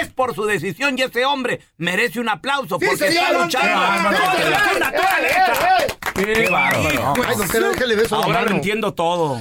[SPEAKER 4] es por su decisión y ese hombre merece un aplauso porque está
[SPEAKER 7] señor!
[SPEAKER 4] luchando
[SPEAKER 7] ¡Sí,
[SPEAKER 4] contra
[SPEAKER 7] señor!
[SPEAKER 4] su naturaleza.
[SPEAKER 6] ¡Qué bárbaro!
[SPEAKER 7] Ay, don Tela, déjale beso a la
[SPEAKER 6] Ahora lo
[SPEAKER 7] mano.
[SPEAKER 6] entiendo todo.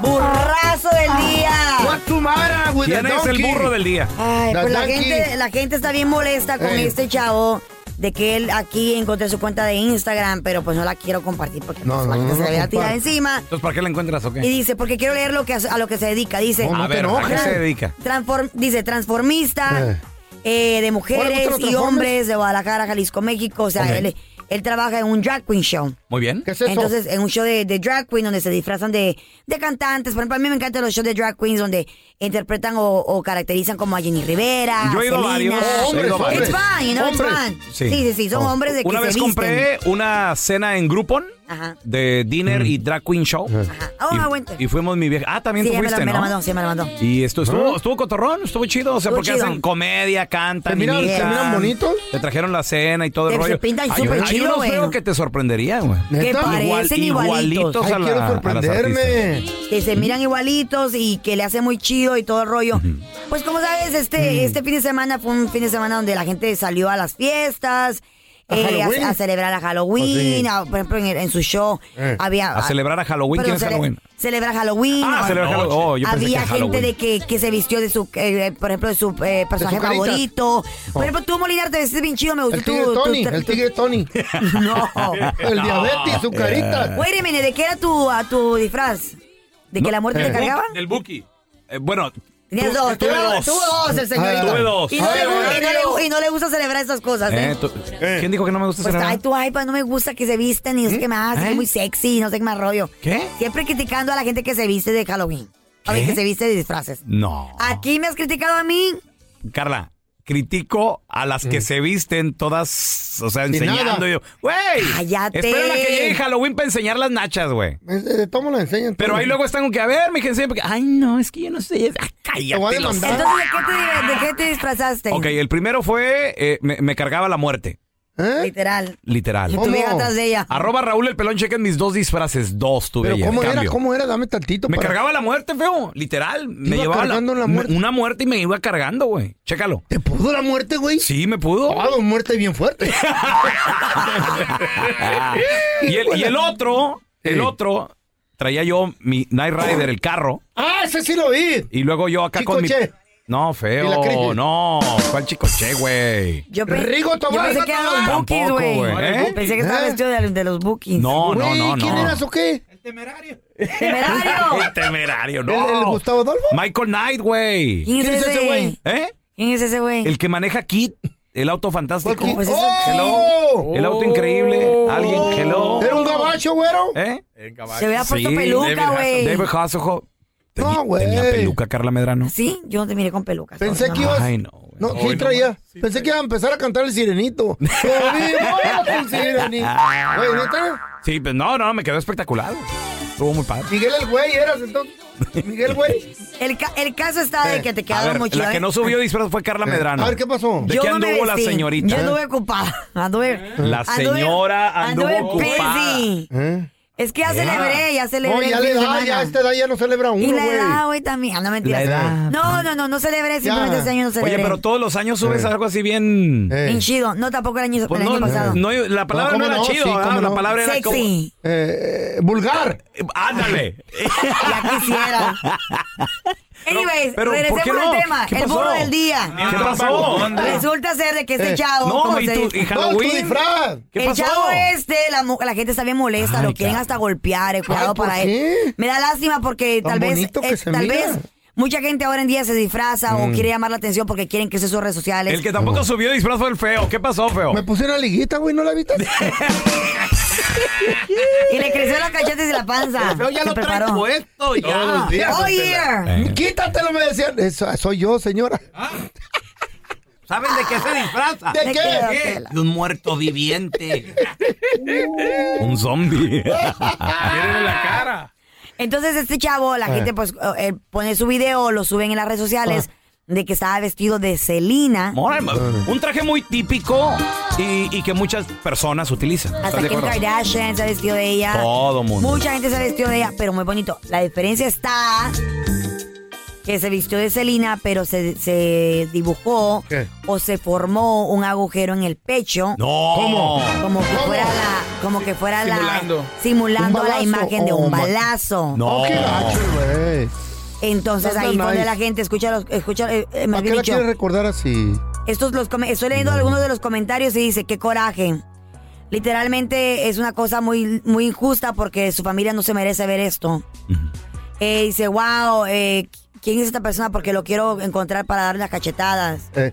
[SPEAKER 8] Burrazo del día.
[SPEAKER 7] What's the matter with
[SPEAKER 6] ¿Quién
[SPEAKER 7] the
[SPEAKER 6] es el
[SPEAKER 7] donkey?
[SPEAKER 6] burro del día?
[SPEAKER 8] Ay, pues la
[SPEAKER 7] Dadaki.
[SPEAKER 8] gente, la gente está bien molesta con
[SPEAKER 7] Ey.
[SPEAKER 8] este chavo de que él aquí encontré su cuenta de Instagram, pero pues no la quiero compartir porque
[SPEAKER 6] No,
[SPEAKER 8] pues, la
[SPEAKER 6] no,
[SPEAKER 8] gente
[SPEAKER 6] no,
[SPEAKER 8] se
[SPEAKER 6] no,
[SPEAKER 8] la voy a tirar
[SPEAKER 6] compadre.
[SPEAKER 8] encima.
[SPEAKER 6] Entonces, ¿para qué la encuentras o qué?
[SPEAKER 8] Y dice, porque quiero leer lo que a, a lo que se dedica. Dice,
[SPEAKER 6] Oh, a ver, ¿a qué se dedica?
[SPEAKER 8] Transform- dice, transformista eh, de
[SPEAKER 6] Órale,
[SPEAKER 8] mujeres
[SPEAKER 6] ¿mucho los
[SPEAKER 8] y
[SPEAKER 6] transformes?
[SPEAKER 8] hombres de Guadalajara, Jalisco, México. O sea,
[SPEAKER 6] Ok.
[SPEAKER 8] él, él trabaja en un drag queen show.
[SPEAKER 6] Muy bien. ¿Qué
[SPEAKER 8] Entonces, en un show de, de drag queen donde se disfrazan de, de cantantes. Por ejemplo, a mí me encantan los shows de drag queens donde interpretan o, o caracterizan como a Jenny Rivera.
[SPEAKER 6] Yo he ido a
[SPEAKER 8] Selena.
[SPEAKER 6] varios. Oh, hombres,
[SPEAKER 8] It's
[SPEAKER 6] hombres.
[SPEAKER 8] fun, you know, it's
[SPEAKER 6] Hombres.
[SPEAKER 8] fun. Sí, sí, sí, son
[SPEAKER 6] Oh.
[SPEAKER 8] hombres de que
[SPEAKER 6] Una
[SPEAKER 8] se
[SPEAKER 6] vez
[SPEAKER 8] visten.
[SPEAKER 6] compré una cena en Groupon
[SPEAKER 8] Ajá.
[SPEAKER 6] de dinner y drag queen show.
[SPEAKER 8] Ah,
[SPEAKER 6] Y-
[SPEAKER 8] I went there.
[SPEAKER 6] Y, fuimos mi vieja. Ah, también
[SPEAKER 8] Sí,
[SPEAKER 6] tú
[SPEAKER 8] ya me
[SPEAKER 6] fuiste,
[SPEAKER 8] la, me la
[SPEAKER 6] ¿no?
[SPEAKER 8] mandó, sí, me la mandó.
[SPEAKER 6] Y esto estuvo,
[SPEAKER 8] ¿Ah?
[SPEAKER 6] estuvo cotorrón, estuvo chido, o sea,
[SPEAKER 8] Estuvo
[SPEAKER 6] porque
[SPEAKER 8] chido.
[SPEAKER 6] hacen comedia, cantan,
[SPEAKER 8] ¿Se miran- se
[SPEAKER 6] imitan.
[SPEAKER 8] miran bonitos?
[SPEAKER 6] Te trajeron la cena y todo
[SPEAKER 8] Se-
[SPEAKER 6] el
[SPEAKER 8] se
[SPEAKER 6] rollo.
[SPEAKER 8] pintan
[SPEAKER 6] Hay
[SPEAKER 8] súper
[SPEAKER 6] unos- hay
[SPEAKER 8] chido,
[SPEAKER 6] unos
[SPEAKER 8] güey.
[SPEAKER 6] veo que te sorprendería, güey.
[SPEAKER 8] Que
[SPEAKER 6] Igual-
[SPEAKER 8] parecen igualitos.
[SPEAKER 6] a la- a las artistas.
[SPEAKER 8] Que se miran igualitos y que le hace muy chido y todo el rollo.
[SPEAKER 6] Mm.
[SPEAKER 8] Pues como sabes, este, este fin de semana fue un fin de semana donde la gente salió a las fiestas.
[SPEAKER 7] ¿A
[SPEAKER 8] eh, a-
[SPEAKER 7] Halloween? Ah,
[SPEAKER 8] a, celebrar a Halloween,
[SPEAKER 6] Pues sí.
[SPEAKER 8] a- por ejemplo, en, el- en su show
[SPEAKER 6] Eh.
[SPEAKER 8] había...
[SPEAKER 6] A celebrar a Halloween,
[SPEAKER 8] Perdón,
[SPEAKER 6] ¿quién es
[SPEAKER 8] cele-
[SPEAKER 6] Halloween?
[SPEAKER 8] Celebrar Halloween.
[SPEAKER 6] Ah,
[SPEAKER 8] o-
[SPEAKER 6] celebrar Halloween. Oh, yo pensé
[SPEAKER 8] había
[SPEAKER 6] que
[SPEAKER 8] gente
[SPEAKER 6] Halloween.
[SPEAKER 8] de que, que se vistió de su, eh, por ejemplo, de su eh, personaje
[SPEAKER 7] carita.
[SPEAKER 8] favorito.
[SPEAKER 7] Oh.
[SPEAKER 8] Por ejemplo, tú, Molinar, te vestiste bien chido, me gustó
[SPEAKER 7] El tigre
[SPEAKER 8] tu- tu-
[SPEAKER 7] Tony,
[SPEAKER 8] tu-
[SPEAKER 7] el tigre Tony.
[SPEAKER 8] No.
[SPEAKER 7] El diabetes, su
[SPEAKER 6] Ah.
[SPEAKER 7] carita.
[SPEAKER 8] Wait a minute, ¿de qué era tu, a tu disfraz? ¿De que la muerte te cargaba?
[SPEAKER 17] Del Buki.
[SPEAKER 6] Eh, bueno,
[SPEAKER 8] Tenías
[SPEAKER 6] Tú- eh,
[SPEAKER 8] dos,
[SPEAKER 6] tuve
[SPEAKER 8] tuve
[SPEAKER 6] dos. Ah,
[SPEAKER 8] dos. Tuve dos, el señorito.
[SPEAKER 6] Tuve dos.
[SPEAKER 8] Y no, le,
[SPEAKER 6] Ay,
[SPEAKER 8] gu- y no le-
[SPEAKER 6] Mario.
[SPEAKER 8] y no le gusta celebrar esas cosas, ¿eh?
[SPEAKER 6] Eh, tú- ¿Quién dijo que no me gusta
[SPEAKER 8] Pues ay,
[SPEAKER 6] celebrar? ¿Eh?
[SPEAKER 8] tu iPad no me gusta que se visten y no sé qué más, es muy sexy y no sé qué más rollo.
[SPEAKER 6] ¿Qué?
[SPEAKER 8] Siempre criticando a la gente que se viste de Halloween. A ver, que se viste de disfraces.
[SPEAKER 6] No.
[SPEAKER 8] Aquí me has criticado a mí.
[SPEAKER 6] Carla, critico a las
[SPEAKER 8] Mm.
[SPEAKER 6] que se visten todas, o sea,
[SPEAKER 7] Sin
[SPEAKER 6] enseñando
[SPEAKER 7] nada.
[SPEAKER 6] yo. ¡Güey!
[SPEAKER 7] Cállate.
[SPEAKER 6] Espera a que llegue Halloween para enseñar las nachas, güey.
[SPEAKER 7] Es- De tomo eh, la enseñan.
[SPEAKER 6] Pero ahí luego están con que, a ver, mi gente, siempre que, ay, no, es que yo no sé. Ah, cállate. los-
[SPEAKER 8] Entonces, ¿de qué te, de qué te disfrazaste?
[SPEAKER 6] Ok, el primero fue, eh, me, me cargaba la muerte.
[SPEAKER 8] Literal.
[SPEAKER 6] Literal.
[SPEAKER 8] Y tu vieja atrás de ella.
[SPEAKER 6] Arroba Raúl el pelón, chequen mis dos disfraces. Dos tuve
[SPEAKER 7] Pero
[SPEAKER 6] ayer,
[SPEAKER 7] ¿cómo era?
[SPEAKER 6] cambio.
[SPEAKER 7] ¿Cómo era? Dame tantito.
[SPEAKER 6] Me
[SPEAKER 7] para-
[SPEAKER 6] cargaba la muerte, feo. Literal. Me
[SPEAKER 7] iba
[SPEAKER 6] llevaba la-
[SPEAKER 7] cargando la
[SPEAKER 6] me-
[SPEAKER 7] muerte.
[SPEAKER 6] una muerte y me iba cargando, güey. Chécalo.
[SPEAKER 7] ¿Te pudo la muerte, güey?
[SPEAKER 6] Sí, me pudo.
[SPEAKER 7] Ah, dos muertes bien fuertes.
[SPEAKER 6] y, el, y el otro, el otro, traía yo mi Night Rider, el carro.
[SPEAKER 7] ah, ese sí lo vi.
[SPEAKER 6] Y luego yo acá con mi.
[SPEAKER 7] Chicoche.
[SPEAKER 6] No,
[SPEAKER 7] Y la
[SPEAKER 6] feo.
[SPEAKER 7] crisis.
[SPEAKER 6] No, ¿cuál chicoche, güey?
[SPEAKER 8] Yo pe-
[SPEAKER 7] Rigo Tobar.
[SPEAKER 8] Yo pensé
[SPEAKER 7] Rigo
[SPEAKER 8] que eran los
[SPEAKER 7] Tobar.
[SPEAKER 8] bookies,
[SPEAKER 6] Tampoco,
[SPEAKER 8] güey.
[SPEAKER 6] güey, ¿eh?
[SPEAKER 8] Pensé que estaba
[SPEAKER 7] ¿Eh?
[SPEAKER 8] vestido de, de los bookies.
[SPEAKER 6] No, no,
[SPEAKER 7] Güey,
[SPEAKER 6] no, no.
[SPEAKER 7] ¿Quién eras o qué?
[SPEAKER 8] ¡Temerario!
[SPEAKER 6] El temerario, no.
[SPEAKER 7] ¿El- el Gustavo Adolfo?
[SPEAKER 6] Michael Knight, güey.
[SPEAKER 8] ¿Quién es ¿Quién es ese ese? güey?
[SPEAKER 6] ¿Eh?
[SPEAKER 8] ¿Quién es ese güey?
[SPEAKER 6] El que maneja Kit, el auto fantástico.
[SPEAKER 8] ¿Cuál Kid? Pues es el Oh.
[SPEAKER 6] Hello.
[SPEAKER 7] Hello.
[SPEAKER 6] El auto increíble. Alguien, hello.
[SPEAKER 7] ¿Era un gabacho, güero?
[SPEAKER 6] ¿Eh?
[SPEAKER 8] Se hubiera puesto peluca, güey.
[SPEAKER 6] David Hasselhoff. Tenía-
[SPEAKER 7] No, güey.
[SPEAKER 6] Tenía peluca, Carla Medrano.
[SPEAKER 8] Sí, yo no te miré con pelucas.
[SPEAKER 7] Pensé
[SPEAKER 8] no,
[SPEAKER 7] que
[SPEAKER 8] no.
[SPEAKER 7] ibas.
[SPEAKER 6] Ay, no,
[SPEAKER 7] No, sí traía. Pensé que iba a empezar a cantar el sirenito. Todavía con sirenito. Güey, ¿neta?
[SPEAKER 6] Ah. Sí, pues no, no, me quedó espectacular. Estuvo muy padre.
[SPEAKER 7] Miguel el güey eras entonces. Miguel güey.
[SPEAKER 8] El, ca- el caso está de que te
[SPEAKER 6] Eh, A
[SPEAKER 8] quedaron
[SPEAKER 6] ver,
[SPEAKER 8] muy chido.
[SPEAKER 6] la que
[SPEAKER 8] ¿eh?
[SPEAKER 6] no subió disfraz fue Carla Medrano.
[SPEAKER 7] Eh, A ver, ¿qué pasó? Eh,
[SPEAKER 6] ¿De qué anduvo la
[SPEAKER 8] vestí.
[SPEAKER 6] señorita?
[SPEAKER 8] Yo anduve ocupada. Anduve.
[SPEAKER 6] La
[SPEAKER 8] anduve-
[SPEAKER 6] señora anduvo ocupada.
[SPEAKER 8] busy.
[SPEAKER 7] Eh.
[SPEAKER 8] Es que ya
[SPEAKER 7] Ya.
[SPEAKER 8] celebré, ya celebré.
[SPEAKER 7] No, ya
[SPEAKER 8] el fin
[SPEAKER 7] le
[SPEAKER 8] de
[SPEAKER 7] da,
[SPEAKER 8] semana.
[SPEAKER 7] ya a esta edad ya no celebra uno,
[SPEAKER 8] Y la
[SPEAKER 7] güey.
[SPEAKER 8] edad, güey, también. Ah, no, mentira.
[SPEAKER 6] La edad.
[SPEAKER 8] No, no, no, no celebré. Simplemente este año no
[SPEAKER 6] Oye,
[SPEAKER 8] celebré.
[SPEAKER 6] pero todos los años
[SPEAKER 7] Eh.
[SPEAKER 6] subes algo así bien.
[SPEAKER 8] Bien chido. No, tampoco el año,
[SPEAKER 6] Pues
[SPEAKER 8] el
[SPEAKER 6] no,
[SPEAKER 8] año pasado.
[SPEAKER 6] no, la palabra no,
[SPEAKER 7] ¿cómo
[SPEAKER 6] era
[SPEAKER 7] no?
[SPEAKER 6] chido,
[SPEAKER 7] Sí,
[SPEAKER 6] ¿verdad?
[SPEAKER 7] ¿cómo
[SPEAKER 6] la
[SPEAKER 7] no?
[SPEAKER 6] palabra era como-
[SPEAKER 8] Sexy.
[SPEAKER 7] Eh, vulgar.
[SPEAKER 6] Eh, Ándale.
[SPEAKER 8] Ya quisiera. Anyways,
[SPEAKER 6] pero, ¿por qué
[SPEAKER 8] regresemos
[SPEAKER 6] no?
[SPEAKER 8] al tema.
[SPEAKER 6] ¿Qué
[SPEAKER 8] El
[SPEAKER 6] pasó?
[SPEAKER 8] burro del día.
[SPEAKER 6] ¿Qué pasó? Eh,
[SPEAKER 8] Resulta ser de que este chavo.
[SPEAKER 6] No,
[SPEAKER 8] como
[SPEAKER 6] y
[SPEAKER 8] se
[SPEAKER 6] tú,
[SPEAKER 8] dice-
[SPEAKER 6] y Halloween. ¿Qué
[SPEAKER 8] el
[SPEAKER 6] pasó?
[SPEAKER 8] chavo este, la, mu- la gente está bien molesta,
[SPEAKER 6] Ay,
[SPEAKER 8] lo quieren
[SPEAKER 6] claro.
[SPEAKER 8] hasta golpear, eh, cuidado
[SPEAKER 7] Ay, ¿por
[SPEAKER 8] para
[SPEAKER 7] qué?
[SPEAKER 8] él. Me da lástima porque
[SPEAKER 7] Tan
[SPEAKER 8] tal vez,
[SPEAKER 7] bonito que
[SPEAKER 8] eh,
[SPEAKER 7] se
[SPEAKER 8] tal
[SPEAKER 7] mira.
[SPEAKER 8] vez mucha gente ahora en día se disfraza
[SPEAKER 7] Mm.
[SPEAKER 8] o quiere llamar la atención porque quieren que se sus redes sociales. Mm.
[SPEAKER 6] El que tampoco subió disfraz fue el feo. ¿Qué pasó, feo?
[SPEAKER 7] Me puse una liguita, güey, ¿no la viste?
[SPEAKER 8] Y le creció las cachetes y la panza.
[SPEAKER 7] Pero ya
[SPEAKER 8] Se
[SPEAKER 7] lo trae
[SPEAKER 8] preparó.
[SPEAKER 7] puesto, ya. Todos los días,
[SPEAKER 8] Oh,
[SPEAKER 7] Marcela.
[SPEAKER 8] yeah.
[SPEAKER 6] Eh.
[SPEAKER 7] Quítatelo, me decían. Eso, soy yo, señora.
[SPEAKER 4] ¿Saben de qué se disfraza?
[SPEAKER 7] ¿De qué?
[SPEAKER 8] Tela.
[SPEAKER 4] De un muerto viviente.
[SPEAKER 6] Un zombie.
[SPEAKER 8] Entonces este chavo, la
[SPEAKER 6] Eh.
[SPEAKER 8] gente pues eh, eh, pone su video, lo suben en las redes sociales de que estaba vestido de Selena.
[SPEAKER 7] Eh.
[SPEAKER 6] un traje muy típico y, y que muchas personas utilizan. ¿Estás
[SPEAKER 8] Hasta
[SPEAKER 6] de
[SPEAKER 8] Kim
[SPEAKER 6] acuerdo?
[SPEAKER 8] Kardashian se vestió de ella.
[SPEAKER 6] Todo mundo.
[SPEAKER 8] Mucha gente se vestió de ella, pero muy bonito. La diferencia está que se vistió de Selena, pero se, se dibujó
[SPEAKER 7] ¿Qué?
[SPEAKER 8] o se formó un agujero en el pecho.
[SPEAKER 6] No. ¿Cómo?
[SPEAKER 8] Como que fuera la, como que fuera
[SPEAKER 17] Simulando.
[SPEAKER 8] la, simulando
[SPEAKER 7] Un
[SPEAKER 8] la
[SPEAKER 7] balazo.
[SPEAKER 8] imagen de
[SPEAKER 7] Oh,
[SPEAKER 8] un
[SPEAKER 7] my-
[SPEAKER 8] balazo.
[SPEAKER 6] No.
[SPEAKER 7] Oh, qué gacho, güey.
[SPEAKER 8] Entonces
[SPEAKER 7] That's
[SPEAKER 8] ahí
[SPEAKER 7] not
[SPEAKER 8] fue donde la
[SPEAKER 7] nice.
[SPEAKER 8] gente escucha los, escucha, eh, eh,
[SPEAKER 7] ¿Para
[SPEAKER 8] más
[SPEAKER 7] qué
[SPEAKER 8] bien
[SPEAKER 7] la
[SPEAKER 8] dicho,
[SPEAKER 7] quieres recordar así?
[SPEAKER 8] estos los come- estoy leyendo algunos de los comentarios y dice, qué coraje. Literalmente es una cosa muy, muy injusta porque su familia no se merece ver esto. Eh, dice, wow, eh, ¿quién es esta persona? Porque lo quiero encontrar para darle las cachetadas.
[SPEAKER 7] Eh,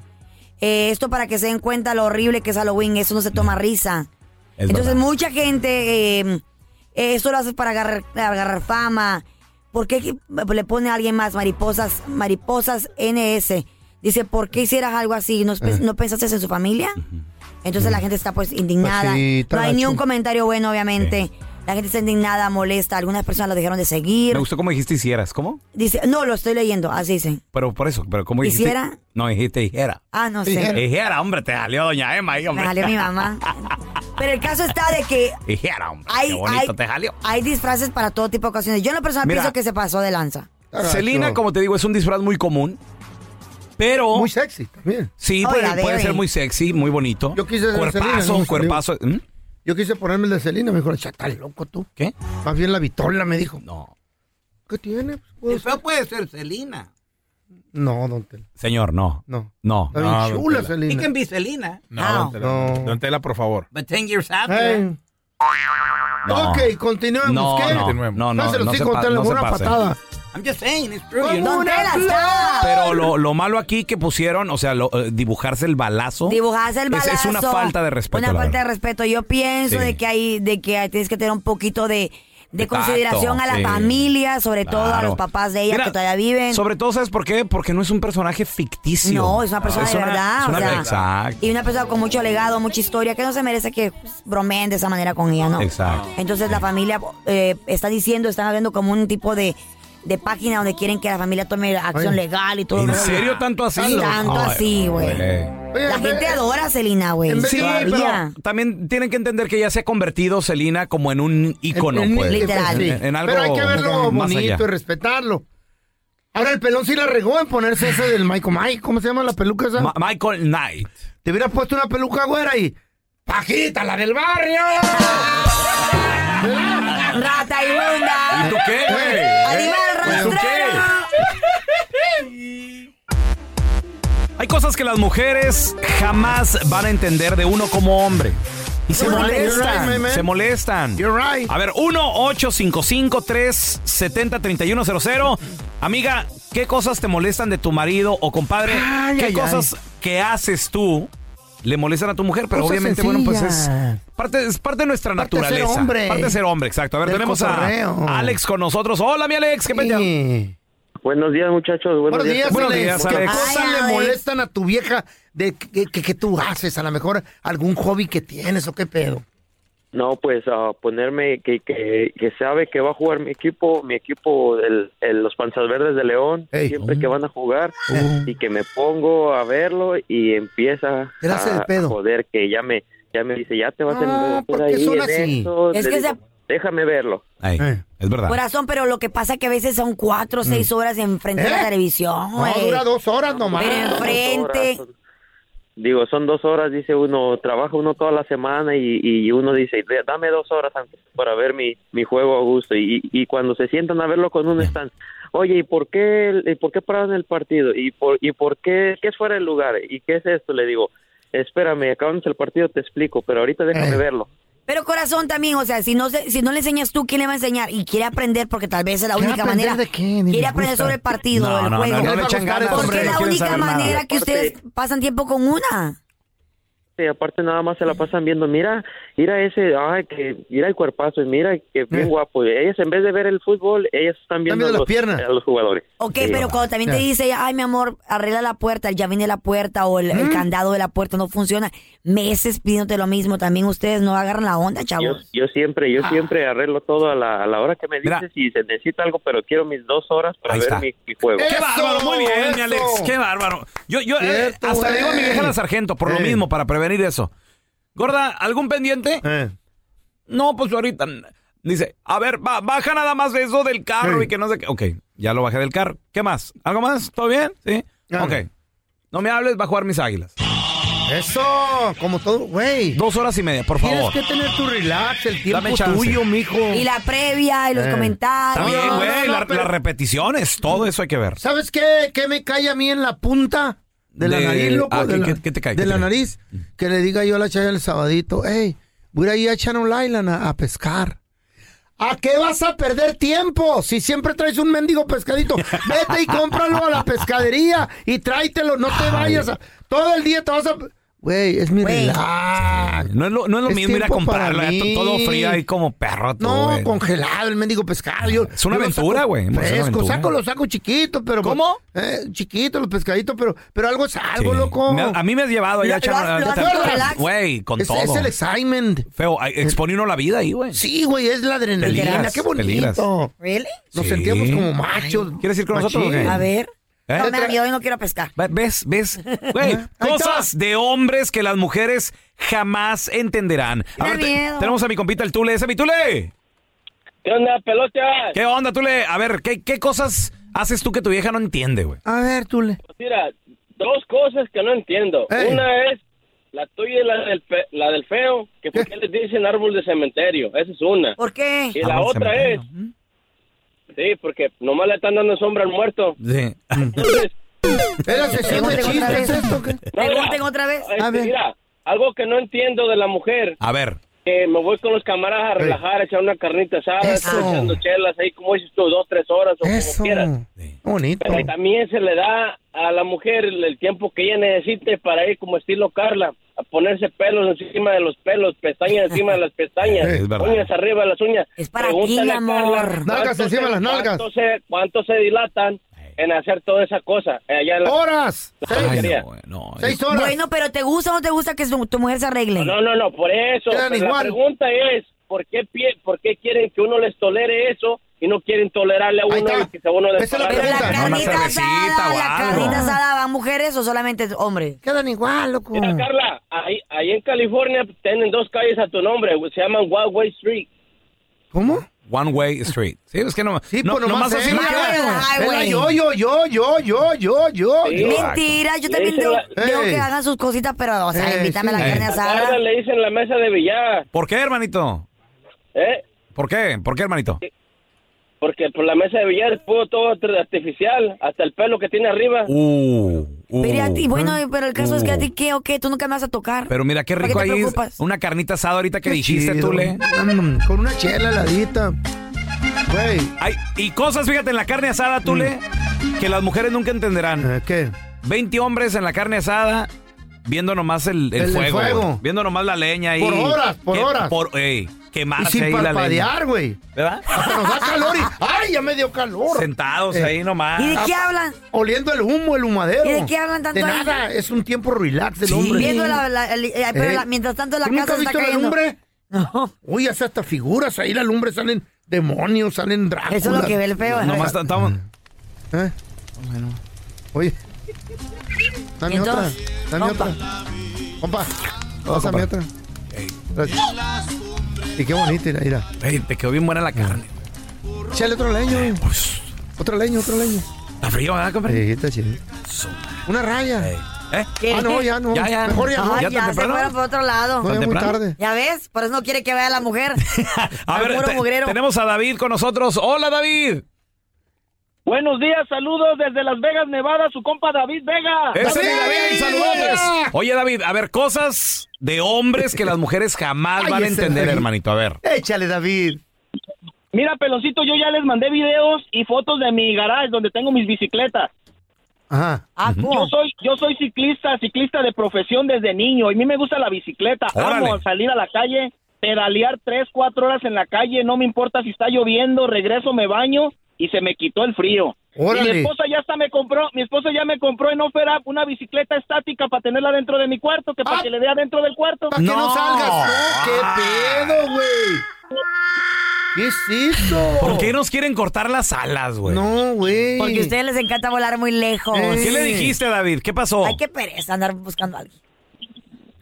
[SPEAKER 8] Eh, esto para que se den cuenta lo horrible que es Halloween, eso no se toma
[SPEAKER 7] Mm.
[SPEAKER 8] risa.
[SPEAKER 6] Es
[SPEAKER 8] Entonces
[SPEAKER 6] verdad.
[SPEAKER 8] mucha gente, eh, eh, esto lo hace para agarrar, agarrar fama. ¿Por qué que- le pone a alguien más mariposas, mariposas NS? Dice, ¿por qué hicieras algo así? ¿No, pe- no pensaste en su familia? Entonces la gente está pues indignada.
[SPEAKER 7] Mm. Pues sí, está
[SPEAKER 8] no hay ni un
[SPEAKER 7] gacho.
[SPEAKER 8] comentario bueno, obviamente. La gente está indignada, molesta. Algunas personas lo dejaron de seguir.
[SPEAKER 6] Me gustó como dijiste hicieras. ¿Cómo?
[SPEAKER 8] Dice, no, lo estoy leyendo, así dicen.
[SPEAKER 6] Pero por eso, pero ¿cómo dijiste?
[SPEAKER 8] ¿Hiciera?
[SPEAKER 6] No, dijiste hijera.
[SPEAKER 8] Ah, no sé.
[SPEAKER 6] Hijera, hombre, te salió doña Emma ahí,
[SPEAKER 8] Me
[SPEAKER 6] hombre.
[SPEAKER 8] salió mi mamá. Pero el caso está de que
[SPEAKER 6] Hijera, hombre.
[SPEAKER 8] hay,
[SPEAKER 6] qué bonito
[SPEAKER 8] hay-
[SPEAKER 6] te salió.
[SPEAKER 8] hay disfraces para todo tipo de ocasiones. Yo en lo personal
[SPEAKER 6] Mira.
[SPEAKER 8] pienso que se pasó de lanza.
[SPEAKER 7] gacho.
[SPEAKER 6] Celina, como te digo, es un disfraz muy común. Pero.
[SPEAKER 7] Muy sexy también.
[SPEAKER 6] Sí, puede, puede ser muy sexy, muy bonito.
[SPEAKER 7] Yo quise ser Selena, no
[SPEAKER 6] cuerpazo,
[SPEAKER 7] me
[SPEAKER 6] cuerpazo.
[SPEAKER 7] salió.
[SPEAKER 6] ¿Mm?
[SPEAKER 7] Yo quise ponerme el de Celina, me dijo, chatal, loco tú.
[SPEAKER 6] ¿Qué?
[SPEAKER 7] Más bien la vitola, me dijo.
[SPEAKER 6] No.
[SPEAKER 7] ¿Qué tiene?
[SPEAKER 4] El feo puede
[SPEAKER 6] pues.
[SPEAKER 4] ser Celina.
[SPEAKER 7] No, don Tela.
[SPEAKER 6] Señor, no.
[SPEAKER 7] No.
[SPEAKER 6] No. Ah,
[SPEAKER 7] Está bien
[SPEAKER 17] No, don
[SPEAKER 7] chula,
[SPEAKER 17] Tela.
[SPEAKER 4] He
[SPEAKER 7] Celina.
[SPEAKER 4] can be Celina.
[SPEAKER 17] No, don Tela, Don Tela, por favor.
[SPEAKER 4] But 10 years after.
[SPEAKER 7] Hey.
[SPEAKER 6] No.
[SPEAKER 7] Ok, continuemos.
[SPEAKER 6] No,
[SPEAKER 7] ¿Qué?
[SPEAKER 6] no, no, no, no,
[SPEAKER 7] Páselo,
[SPEAKER 6] no
[SPEAKER 7] sí,
[SPEAKER 6] se
[SPEAKER 7] con
[SPEAKER 6] pa-
[SPEAKER 7] Tela,
[SPEAKER 6] no se
[SPEAKER 7] una
[SPEAKER 6] pasen.
[SPEAKER 7] patada.
[SPEAKER 4] I'm just saying, it's true. you
[SPEAKER 7] Como
[SPEAKER 4] know.
[SPEAKER 7] una
[SPEAKER 6] Pero lo, lo malo aquí que pusieron, o sea, lo, eh, dibujarse el balazo.
[SPEAKER 8] Dibujarse el
[SPEAKER 6] es-
[SPEAKER 8] balazo.
[SPEAKER 6] Es, una falta de respeto.
[SPEAKER 8] Una
[SPEAKER 6] la
[SPEAKER 8] falta de
[SPEAKER 6] verdad.
[SPEAKER 8] respeto. Yo pienso
[SPEAKER 6] Sí.
[SPEAKER 8] de que hay, de que hay- tienes que tener un poquito de, de
[SPEAKER 6] De tacto,
[SPEAKER 8] consideración a la
[SPEAKER 6] sí.
[SPEAKER 8] familia, sobre todo a
[SPEAKER 6] Claro.
[SPEAKER 8] los papás de ella
[SPEAKER 6] Mira,
[SPEAKER 8] que todavía viven.
[SPEAKER 6] Sobre todo, ¿sabes por qué? Porque no es un personaje ficticio.
[SPEAKER 8] No, es una persona de verdad.
[SPEAKER 6] es
[SPEAKER 8] o
[SPEAKER 6] una-
[SPEAKER 8] sea,
[SPEAKER 6] exacto.
[SPEAKER 8] Y una persona con mucho legado, mucha historia, que no se merece que pues, bromeen de esa manera con ella, ¿no?
[SPEAKER 6] Exacto.
[SPEAKER 8] Entonces la familia eh, está diciendo, están abriendo como un tipo de, de página donde quieren que la familia tome acción
[SPEAKER 6] Oye,
[SPEAKER 8] legal y todo.
[SPEAKER 6] ¿En
[SPEAKER 8] el rollo.
[SPEAKER 6] serio tanto así?
[SPEAKER 8] Sí, tanto
[SPEAKER 6] Ay,
[SPEAKER 8] así, güey.
[SPEAKER 7] Oye,
[SPEAKER 8] La
[SPEAKER 7] en vez-
[SPEAKER 8] gente adora a Selena, güey.
[SPEAKER 7] en vez-
[SPEAKER 6] Sí,
[SPEAKER 7] Todavía.
[SPEAKER 6] pero también tienen que entender que ya se ha convertido Selena como en un ícono,
[SPEAKER 7] En- en-
[SPEAKER 6] pues.
[SPEAKER 7] literal.
[SPEAKER 6] En,
[SPEAKER 7] Sí.
[SPEAKER 6] en algo
[SPEAKER 7] Pero hay que verlo
[SPEAKER 6] más
[SPEAKER 7] bonito
[SPEAKER 6] allá.
[SPEAKER 7] y respetarlo. Ahora el pelón sí la regó en ponerse ese del Michael Mike. ¿Cómo se llama la peluca esa?
[SPEAKER 6] Ma- Michael Knight.
[SPEAKER 7] Te hubieras puesto una peluca güera y. ¡Pajita, la del barrio!
[SPEAKER 8] Rata y bunda.
[SPEAKER 6] ¿Y tú qué, güey?
[SPEAKER 8] Arriba el
[SPEAKER 6] ¿Y tú
[SPEAKER 8] rastrero.
[SPEAKER 6] Hay cosas que las mujeres jamás van a entender de uno como hombre. Y se
[SPEAKER 7] You're right, you're
[SPEAKER 6] molestan,
[SPEAKER 7] right, my man.
[SPEAKER 6] se molestan.
[SPEAKER 7] You're right.
[SPEAKER 6] A ver, 1-855-370-3100. Amiga, ¿qué cosas te molestan de tu marido o compadre?
[SPEAKER 7] Ay,
[SPEAKER 6] ¿Qué
[SPEAKER 7] ay,
[SPEAKER 6] cosas que haces tú le molestan a tu mujer? Pero
[SPEAKER 7] Cosas
[SPEAKER 6] obviamente, bueno, pues es
[SPEAKER 7] sencillas.
[SPEAKER 6] parte, es parte de nuestra
[SPEAKER 7] Parte de ser
[SPEAKER 6] naturaleza.
[SPEAKER 7] hombre.
[SPEAKER 6] Parte de ser hombre, exacto. A ver,
[SPEAKER 7] Del
[SPEAKER 6] tenemos
[SPEAKER 7] cotorreo.
[SPEAKER 6] a Alex con nosotros. Hola, mi Alex, ¿qué pedo?
[SPEAKER 16] Buenos días, muchachos. Buenos,
[SPEAKER 7] Buenos días,
[SPEAKER 6] Buenos
[SPEAKER 7] Alex.
[SPEAKER 6] días,
[SPEAKER 7] ¿Qué
[SPEAKER 6] Alex.
[SPEAKER 7] cosas
[SPEAKER 8] Ay,
[SPEAKER 7] le
[SPEAKER 8] Alex.
[SPEAKER 7] molestan a tu vieja de que, que- que tú haces? A lo mejor algún hobby que tienes o qué pedo.
[SPEAKER 16] No, pues a ponerme que, que, que sabe que va a jugar mi equipo, mi equipo, el, el- los Panzas Verdes de León, siempre
[SPEAKER 7] Mm.
[SPEAKER 16] que van a jugar, y que me pongo a verlo y empieza
[SPEAKER 7] Te la hace
[SPEAKER 16] a,
[SPEAKER 7] de pedo.
[SPEAKER 16] a joder, que ya me, ya me dice, ya te vas a
[SPEAKER 7] No,
[SPEAKER 16] enredar
[SPEAKER 7] ¿por qué
[SPEAKER 16] ahí
[SPEAKER 7] son
[SPEAKER 16] en
[SPEAKER 7] así?
[SPEAKER 16] esto".
[SPEAKER 8] Es
[SPEAKER 16] Le
[SPEAKER 8] que
[SPEAKER 16] digo,
[SPEAKER 8] se-
[SPEAKER 16] Déjame verlo.
[SPEAKER 6] Es verdad.
[SPEAKER 8] Corazón, pero lo que pasa es que a veces son cuatro o
[SPEAKER 6] Mm.
[SPEAKER 8] seis horas enfrente de
[SPEAKER 7] ¿Eh?
[SPEAKER 8] la televisión,
[SPEAKER 7] No,
[SPEAKER 8] güey.
[SPEAKER 7] dura dos horas nomás.
[SPEAKER 8] Pero enfrente.
[SPEAKER 16] Digo, son dos horas, dice uno, trabaja uno toda la semana y, y uno dice, "Ve, dame dos horas antes para ver mi, mi juego a gusto. Y, y cuando se sientan a verlo con uno están, oye, ¿y por qué, el- y por qué pararon el partido? ¿Y por, y por qué, qué es fuera del lugar? ¿Y qué es esto? Le digo, espérame, acabamos el partido, te explico, pero ahorita déjame
[SPEAKER 6] Eh.
[SPEAKER 16] verlo.
[SPEAKER 8] Pero corazón también, o sea, si no se- si no le enseñas tú, ¿quién le va a enseñar? Y quiere aprender porque tal vez es la
[SPEAKER 7] ¿Quiere
[SPEAKER 8] única
[SPEAKER 7] aprender
[SPEAKER 8] manera.
[SPEAKER 7] de qué? Ni
[SPEAKER 8] quiere
[SPEAKER 7] les
[SPEAKER 8] aprender
[SPEAKER 7] gusta.
[SPEAKER 8] sobre el partido,
[SPEAKER 6] No,
[SPEAKER 8] el
[SPEAKER 6] no, no,
[SPEAKER 8] juego.
[SPEAKER 6] no le
[SPEAKER 7] echan ganas, hombre,
[SPEAKER 8] porque es
[SPEAKER 7] no
[SPEAKER 8] la
[SPEAKER 7] quieren
[SPEAKER 8] única
[SPEAKER 7] saber nada.
[SPEAKER 8] manera que ustedes pasan tiempo con una.
[SPEAKER 16] Sí, aparte nada más se la pasan viendo, mira, mira ese, ay, que, mira el cuerpazo, y mira que bien guapo. Ellas en vez de ver el fútbol, ellas están viendo
[SPEAKER 7] viendo
[SPEAKER 16] a
[SPEAKER 7] las
[SPEAKER 16] los,
[SPEAKER 7] piernas.
[SPEAKER 16] a los jugadores.
[SPEAKER 8] Ok,
[SPEAKER 16] Sí.
[SPEAKER 8] pero cuando también te
[SPEAKER 7] Ya.
[SPEAKER 8] dice, ay, mi amor, arregla la puerta, el llavín de la puerta o el, el candado de la puerta no funciona, meses pidiéndote lo mismo, también ustedes no agarran la onda,
[SPEAKER 16] Yo,
[SPEAKER 8] chavos.
[SPEAKER 16] yo siempre, yo siempre arreglo todo a la, a la hora que me dices y se necesita algo, pero quiero mis dos horas para
[SPEAKER 6] Ahí
[SPEAKER 16] ver
[SPEAKER 6] está.
[SPEAKER 16] mi, mi juego.
[SPEAKER 6] ¡Qué
[SPEAKER 7] ¡Eso,
[SPEAKER 6] bárbaro! Muy bien, mi
[SPEAKER 7] eso!
[SPEAKER 6] Alex. ¡Qué bárbaro! Yo, yo eh,
[SPEAKER 7] Cierto,
[SPEAKER 6] hasta le digo a mi
[SPEAKER 7] güey.
[SPEAKER 6] vieja la sargento por lo
[SPEAKER 7] Eh.
[SPEAKER 6] mismo, para prevenir eso. Gorda, ¿algún pendiente?
[SPEAKER 7] Eh.
[SPEAKER 6] No, pues ahorita. mm, Dice, a ver, ba- baja nada más eso del carro
[SPEAKER 7] Sí.
[SPEAKER 6] y que no sé qué. Ok, ya lo bajé del carro. ¿Qué más? ¿Algo más? ¿Todo bien? Sí.
[SPEAKER 7] Ah.
[SPEAKER 6] Ok. No me hables, va a jugar mis águilas.
[SPEAKER 7] Eso, como todo, güey.
[SPEAKER 6] Dos horas y media, por
[SPEAKER 7] Tienes
[SPEAKER 6] favor.
[SPEAKER 7] que tener tu relax, el tiempo
[SPEAKER 6] Dame chance.
[SPEAKER 7] tuyo, mijo.
[SPEAKER 8] Y la previa y los
[SPEAKER 7] Eh.
[SPEAKER 8] comentarios.
[SPEAKER 6] Está bien,
[SPEAKER 7] No, no,
[SPEAKER 6] güey.
[SPEAKER 7] no,
[SPEAKER 6] la-
[SPEAKER 7] pero-
[SPEAKER 6] Las repeticiones, todo eso hay que ver.
[SPEAKER 7] ¿Sabes qué? ¿Qué me cae a mí en la punta de la
[SPEAKER 6] De-
[SPEAKER 7] nariz, loco?
[SPEAKER 6] ah,
[SPEAKER 7] de
[SPEAKER 6] ¿qué-
[SPEAKER 7] la,
[SPEAKER 6] qué- qué te cae?
[SPEAKER 7] De
[SPEAKER 6] ¿Qué
[SPEAKER 7] la
[SPEAKER 6] te cae?
[SPEAKER 7] nariz. Que le diga yo a la chaya el sabadito, hey, voy a ir ahí a Channel Island a, a pescar. ¿A qué vas a perder tiempo? Si siempre traes un mendigo pescadito, vete y cómpralo a la pescadería y tráetelo, no te vayas. a- todo el día te vas a... Güey, es mi
[SPEAKER 8] Güey.
[SPEAKER 7] relax.
[SPEAKER 6] No es lo, no es lo
[SPEAKER 7] Es
[SPEAKER 6] mismo ir a
[SPEAKER 7] tiempo
[SPEAKER 6] comprarla,
[SPEAKER 7] para
[SPEAKER 6] to-
[SPEAKER 7] mí.
[SPEAKER 6] todo frío ahí como perro. tú,
[SPEAKER 7] No,
[SPEAKER 6] güey.
[SPEAKER 7] congelado el mendigo pescado. Yo-
[SPEAKER 6] Es una
[SPEAKER 7] yo lo saco
[SPEAKER 6] aventura, güey, es una
[SPEAKER 7] Fresco,
[SPEAKER 6] aventura.
[SPEAKER 7] saco, lo saco chiquito, pero.
[SPEAKER 6] ¿Cómo?
[SPEAKER 7] Eh, chiquito, los pescaditos, pero, pero algo es algo,
[SPEAKER 6] Sí.
[SPEAKER 7] loco.
[SPEAKER 6] Me- a mí me has llevado allá,
[SPEAKER 8] Lo-
[SPEAKER 6] a
[SPEAKER 8] lo
[SPEAKER 6] Chano-
[SPEAKER 8] has- lo has
[SPEAKER 6] a-
[SPEAKER 8] hecho relax.
[SPEAKER 6] Güey, con
[SPEAKER 7] es,
[SPEAKER 6] todo.
[SPEAKER 7] es el excitement.
[SPEAKER 6] Feo, ay, expone uno la vida ahí, güey.
[SPEAKER 7] Sí, güey, es la adrenalina.
[SPEAKER 6] Peligras,
[SPEAKER 7] Qué bonito.
[SPEAKER 6] peligras.
[SPEAKER 8] ¿Really?
[SPEAKER 7] Nos
[SPEAKER 6] Sí.
[SPEAKER 7] sentíamos como machos.
[SPEAKER 6] ¿Quieres ir con nosotros o
[SPEAKER 7] Machín.
[SPEAKER 6] qué?
[SPEAKER 8] A ver.
[SPEAKER 6] ¿Eh?
[SPEAKER 8] No, me yo hoy no quiero pescar.
[SPEAKER 6] Ve- ¿Ves? ¿Ves?
[SPEAKER 7] Ahí
[SPEAKER 6] Güey,
[SPEAKER 7] está.
[SPEAKER 6] cosas de hombres que las mujeres jamás entenderán. A
[SPEAKER 8] Me da
[SPEAKER 6] ver, te-
[SPEAKER 8] miedo.
[SPEAKER 6] tenemos a mi compita el Tule. ¡Ese mi Tule!
[SPEAKER 12] ¿Qué onda, pelota?
[SPEAKER 6] ¿Qué onda, Tule? A ver, ¿qué, qué cosas haces tú que tu vieja no entiende, güey?
[SPEAKER 7] A ver, Tule.
[SPEAKER 12] Pues mira,
[SPEAKER 18] dos cosas que no entiendo.
[SPEAKER 7] Ey.
[SPEAKER 18] Una es la tuya y la del, fe- la del feo, que por qué les dicen árbol de cementerio. Esa es una.
[SPEAKER 8] ¿Por qué?
[SPEAKER 18] Y la otra es... Sí, porque nomás le están dando sombra al muerto.
[SPEAKER 6] Sí.
[SPEAKER 7] sesión de chistes, ¿esto qué?
[SPEAKER 8] Pregunten otra vez.
[SPEAKER 18] Este, mira, algo que no entiendo de la mujer,
[SPEAKER 6] A ver.
[SPEAKER 18] que me voy con los camaradas a relajar, a echar una carnita asada,
[SPEAKER 7] Eso.
[SPEAKER 18] estar echando chelas ahí, como dices tú, dos, tres horas o
[SPEAKER 7] Eso.
[SPEAKER 18] como quieras.
[SPEAKER 7] Bonito.
[SPEAKER 18] Pero también se le da a la mujer el el tiempo que ella necesite para ir como estilo Carla, a ponerse pelos encima de los pelos, pestañas encima de las pestañas,
[SPEAKER 7] Es verdad.
[SPEAKER 18] uñas arriba de las uñas. Es
[SPEAKER 7] para ti, mi amor. Nalgas encima de las nalgas.
[SPEAKER 18] ¿Cuánto se, cuánto se dilatan en hacer toda esa cosa? Eh, allá en la-
[SPEAKER 7] ¡Horas! eh,
[SPEAKER 18] la peluquería.
[SPEAKER 8] Bueno, pero ¿te gusta o no te gusta que su- tu mujer se arregle?
[SPEAKER 18] No, no, no, por eso.
[SPEAKER 8] Quedan
[SPEAKER 18] pero La
[SPEAKER 8] igual.
[SPEAKER 18] pregunta es, ¿por qué, pie- ¿por qué quieren que uno les tolere eso y no quieren tolerarle a uno y que a uno les tolere
[SPEAKER 8] Pero la
[SPEAKER 18] eso?
[SPEAKER 8] carnita asada, la carnita asada, ¿van mujeres o solamente hombres? Quedan igual, loco.
[SPEAKER 18] Mira, Ah, Carla, ahí, ahí en California tienen dos calles a tu nombre, güey, se llaman Wildway Street.
[SPEAKER 7] ¿Cómo?
[SPEAKER 6] One Way Street. Sí, es que no, no,
[SPEAKER 7] pues nomás
[SPEAKER 6] nomás así
[SPEAKER 7] él.
[SPEAKER 6] no queda.
[SPEAKER 7] Ay, güey. Él, Yo, yo, yo, yo, yo, yo, yo.
[SPEAKER 18] Sí.
[SPEAKER 7] yo.
[SPEAKER 8] Mentira, yo también
[SPEAKER 18] Le
[SPEAKER 8] tengo,
[SPEAKER 18] dicen la-
[SPEAKER 8] tengo
[SPEAKER 18] Ey.
[SPEAKER 8] que hagan sus cositas, pero, o sea,
[SPEAKER 6] Ey,
[SPEAKER 8] invítame a la
[SPEAKER 6] sí.
[SPEAKER 8] carne
[SPEAKER 6] Ey.
[SPEAKER 18] A
[SPEAKER 8] asada.
[SPEAKER 18] Carla le dicen la mesa de billar,
[SPEAKER 6] ¿Por qué, hermanito?
[SPEAKER 18] ¿eh?
[SPEAKER 6] ¿Por qué? ¿Por qué, hermanito?
[SPEAKER 8] Eh,
[SPEAKER 18] Porque por la mesa de billar es puro todo tr- artificial, hasta el pelo que tiene arriba.
[SPEAKER 6] Uh, uh.
[SPEAKER 8] Pero a ti, bueno, pero el caso es que a ti, ¿qué o qué? Tú nunca me vas a tocar.
[SPEAKER 6] Pero mira qué
[SPEAKER 8] ¿Para
[SPEAKER 6] rico
[SPEAKER 8] qué te
[SPEAKER 6] ahí. es
[SPEAKER 8] preocupas?
[SPEAKER 6] Una carnita asada ahorita que
[SPEAKER 7] Qué
[SPEAKER 6] dijiste
[SPEAKER 7] chido.
[SPEAKER 6] tú, le.
[SPEAKER 7] Mm, Con una chela heladita. Güey. Mm.
[SPEAKER 6] Ay, y cosas, fíjate, en la carne asada, Tule, que las mujeres nunca entenderán.
[SPEAKER 7] Eh, ¿Qué?
[SPEAKER 6] 20 hombres en la carne asada viendo nomás el,
[SPEAKER 7] El-
[SPEAKER 6] el
[SPEAKER 7] el
[SPEAKER 6] fuego.
[SPEAKER 7] fuego.
[SPEAKER 6] güey. Viendo nomás la leña ahí.
[SPEAKER 7] Por horas, por
[SPEAKER 6] Que-
[SPEAKER 7] horas.
[SPEAKER 6] Por, ey,
[SPEAKER 7] Y
[SPEAKER 6] quemarse
[SPEAKER 7] sin
[SPEAKER 6] ahí la
[SPEAKER 7] parpadear,
[SPEAKER 6] leña.
[SPEAKER 7] güey.
[SPEAKER 6] ¿Verdad?
[SPEAKER 7] Hasta nos da calor y... ¡Ay, ya me dio calor! Eh, ah,
[SPEAKER 6] Sentados ahí nomás.
[SPEAKER 8] ¿Y de qué hablan?
[SPEAKER 7] Oliendo el humo, el humadero.
[SPEAKER 8] ¿Y de qué hablan tanto
[SPEAKER 7] De
[SPEAKER 8] ahí?
[SPEAKER 7] nada, es un tiempo relax del hombre.
[SPEAKER 8] Viendo la- la- el- eh, pero
[SPEAKER 7] Eh.
[SPEAKER 8] la- mientras tanto la
[SPEAKER 7] ¿Tú nunca
[SPEAKER 8] casa
[SPEAKER 7] has
[SPEAKER 8] está
[SPEAKER 7] visto la
[SPEAKER 8] cayendo.
[SPEAKER 7] lumbre? No. Uy, hace hasta figuras ahí la lumbre, salen demonios, salen Drácula.
[SPEAKER 8] Eso es lo que ve el feo, ¿eh?
[SPEAKER 6] Nomás estamos.
[SPEAKER 7] ¿Eh? Bueno. Oye. Dame otra.
[SPEAKER 8] Entonces,
[SPEAKER 7] Dame
[SPEAKER 8] compa.
[SPEAKER 7] otra. Compa. Pásame otra. Gracias. Y qué bonito, mira, mira.
[SPEAKER 6] Ey, te quedó bien buena la carne. pues.
[SPEAKER 7] Chale otro leño. güey. Otro leño, otro leño.
[SPEAKER 6] Está frío, ¿verdad, compadre?
[SPEAKER 7] Sí, está chido. Una raya.
[SPEAKER 6] ¿Eh?
[SPEAKER 7] Ah, no, ya no.
[SPEAKER 6] Ya, ya.
[SPEAKER 7] Mejor ya no.
[SPEAKER 8] Ay,
[SPEAKER 6] ¿Ya
[SPEAKER 8] ya,
[SPEAKER 6] tan
[SPEAKER 8] se
[SPEAKER 6] temprano?
[SPEAKER 8] fueron por otro lado.
[SPEAKER 6] No, ya ¿Tan muy temprano? tarde.
[SPEAKER 8] Ya ves, por eso no quiere que vaya la mujer.
[SPEAKER 6] A ver,
[SPEAKER 8] Puro
[SPEAKER 6] te-
[SPEAKER 8] mugrero.
[SPEAKER 6] tenemos a David con nosotros. Hola, David.
[SPEAKER 5] Buenos días, saludos desde Las Vegas, Nevada, su compa David Vega.
[SPEAKER 6] Ese es David, saludos. Oye, David, a ver, cosas de hombres que las mujeres jamás van a
[SPEAKER 7] Cállese,
[SPEAKER 6] entender,
[SPEAKER 7] David.
[SPEAKER 6] hermanito. A ver.
[SPEAKER 7] Échale, David.
[SPEAKER 5] Mira, peloncito, yo ya les mandé videos y fotos de mi garage donde tengo mis bicicletas.
[SPEAKER 7] Ajá.
[SPEAKER 5] Yo soy, yo soy ciclista, ciclista de profesión desde niño. Y a mí me gusta la bicicleta. Amo
[SPEAKER 6] Órale.
[SPEAKER 5] salir a la calle, pedalear tres, cuatro horas en la calle. No me importa si está lloviendo, regreso, me baño y se me quitó el frío.
[SPEAKER 7] Órale.
[SPEAKER 5] Y mi esposa ya hasta me compró, mi esposa ya me compró en Offer Up una bicicleta estática para tenerla dentro de mi cuarto, que para que le dé adentro del cuarto.
[SPEAKER 7] Para Ah. que no salgas, no, qué
[SPEAKER 6] Ah.
[SPEAKER 7] pedo, güey. ¿Qué es eso?
[SPEAKER 6] ¿Por qué nos quieren cortar las alas, güey?
[SPEAKER 7] No, güey. Eh.
[SPEAKER 8] Porque a ustedes les encanta volar muy lejos.
[SPEAKER 6] ¿Qué le dijiste, David? ¿Qué pasó?
[SPEAKER 8] Ay, qué pereza andar buscando a alguien.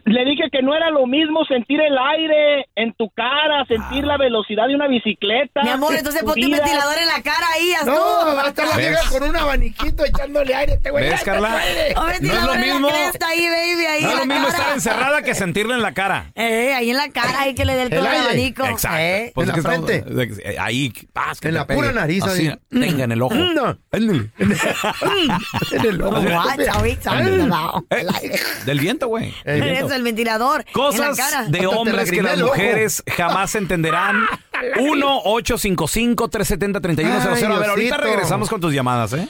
[SPEAKER 5] Le dije que no era lo mismo sentir el aire en tu cara, sentir la velocidad de una bicicleta.
[SPEAKER 8] Ah. Mi amor, entonces ponte un
[SPEAKER 5] subidas.
[SPEAKER 8] ventilador en la cara ahí, haz
[SPEAKER 7] No, va a estar la
[SPEAKER 6] ¿Ves?
[SPEAKER 7] vieja con un abaniquito echándole aire a este güey.
[SPEAKER 6] ¿Ves,
[SPEAKER 7] ¡Ay,
[SPEAKER 6] Carla?
[SPEAKER 7] te duele!
[SPEAKER 8] Un ventilador
[SPEAKER 6] lo
[SPEAKER 8] en
[SPEAKER 6] mismo.
[SPEAKER 8] la cresta ahí, baby, ahí
[SPEAKER 6] No
[SPEAKER 8] en
[SPEAKER 6] es
[SPEAKER 8] la
[SPEAKER 6] lo mismo
[SPEAKER 8] cara.
[SPEAKER 6] estar encerrada que sentirla en la cara.
[SPEAKER 8] Eh, ahí en la cara, ahí que le dé el todo el abanico.
[SPEAKER 6] Exacto.
[SPEAKER 8] Eh.
[SPEAKER 6] Pues
[SPEAKER 7] En
[SPEAKER 6] es
[SPEAKER 7] la
[SPEAKER 6] que estamos- eh, ahí, paz, que
[SPEAKER 7] En
[SPEAKER 6] te
[SPEAKER 7] la
[SPEAKER 6] pegue.
[SPEAKER 7] pura nariz,
[SPEAKER 6] Así,
[SPEAKER 7] ahí.
[SPEAKER 6] tenga en el ojo.
[SPEAKER 7] No.
[SPEAKER 6] Ándale.
[SPEAKER 7] En el ojo.
[SPEAKER 8] Guacha, güey,
[SPEAKER 6] Ándale.
[SPEAKER 8] ¿sabes? No,
[SPEAKER 6] Eh, Del viento, güey. Del viento.
[SPEAKER 8] Eso, el ventilador. en la cara.
[SPEAKER 6] Cosas de hombres que las mujeres jamás entenderán. 1-855-370-3100. A
[SPEAKER 7] Ay,
[SPEAKER 6] ver, ahorita
[SPEAKER 7] Diosito.
[SPEAKER 6] regresamos con tus llamadas, ¿eh?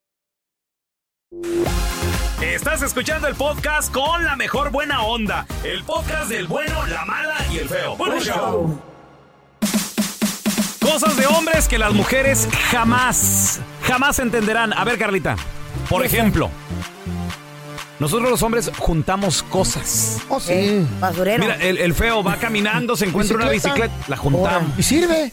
[SPEAKER 6] Estás escuchando el podcast con la mejor buena onda. El podcast del bueno, la mala y el feo. Bueno, show. Cosas de hombres que las mujeres jamás, jamás entenderán. A ver, Carlita. Por ejemplo, nosotros los hombres juntamos cosas.
[SPEAKER 7] Oh, sí.
[SPEAKER 8] Basurero.
[SPEAKER 6] Eh. Mira, el, el feo va caminando, se encuentra una
[SPEAKER 7] ¿Bicicleta?
[SPEAKER 6] bicicleta, la juntamos.
[SPEAKER 7] ¿Y sirve?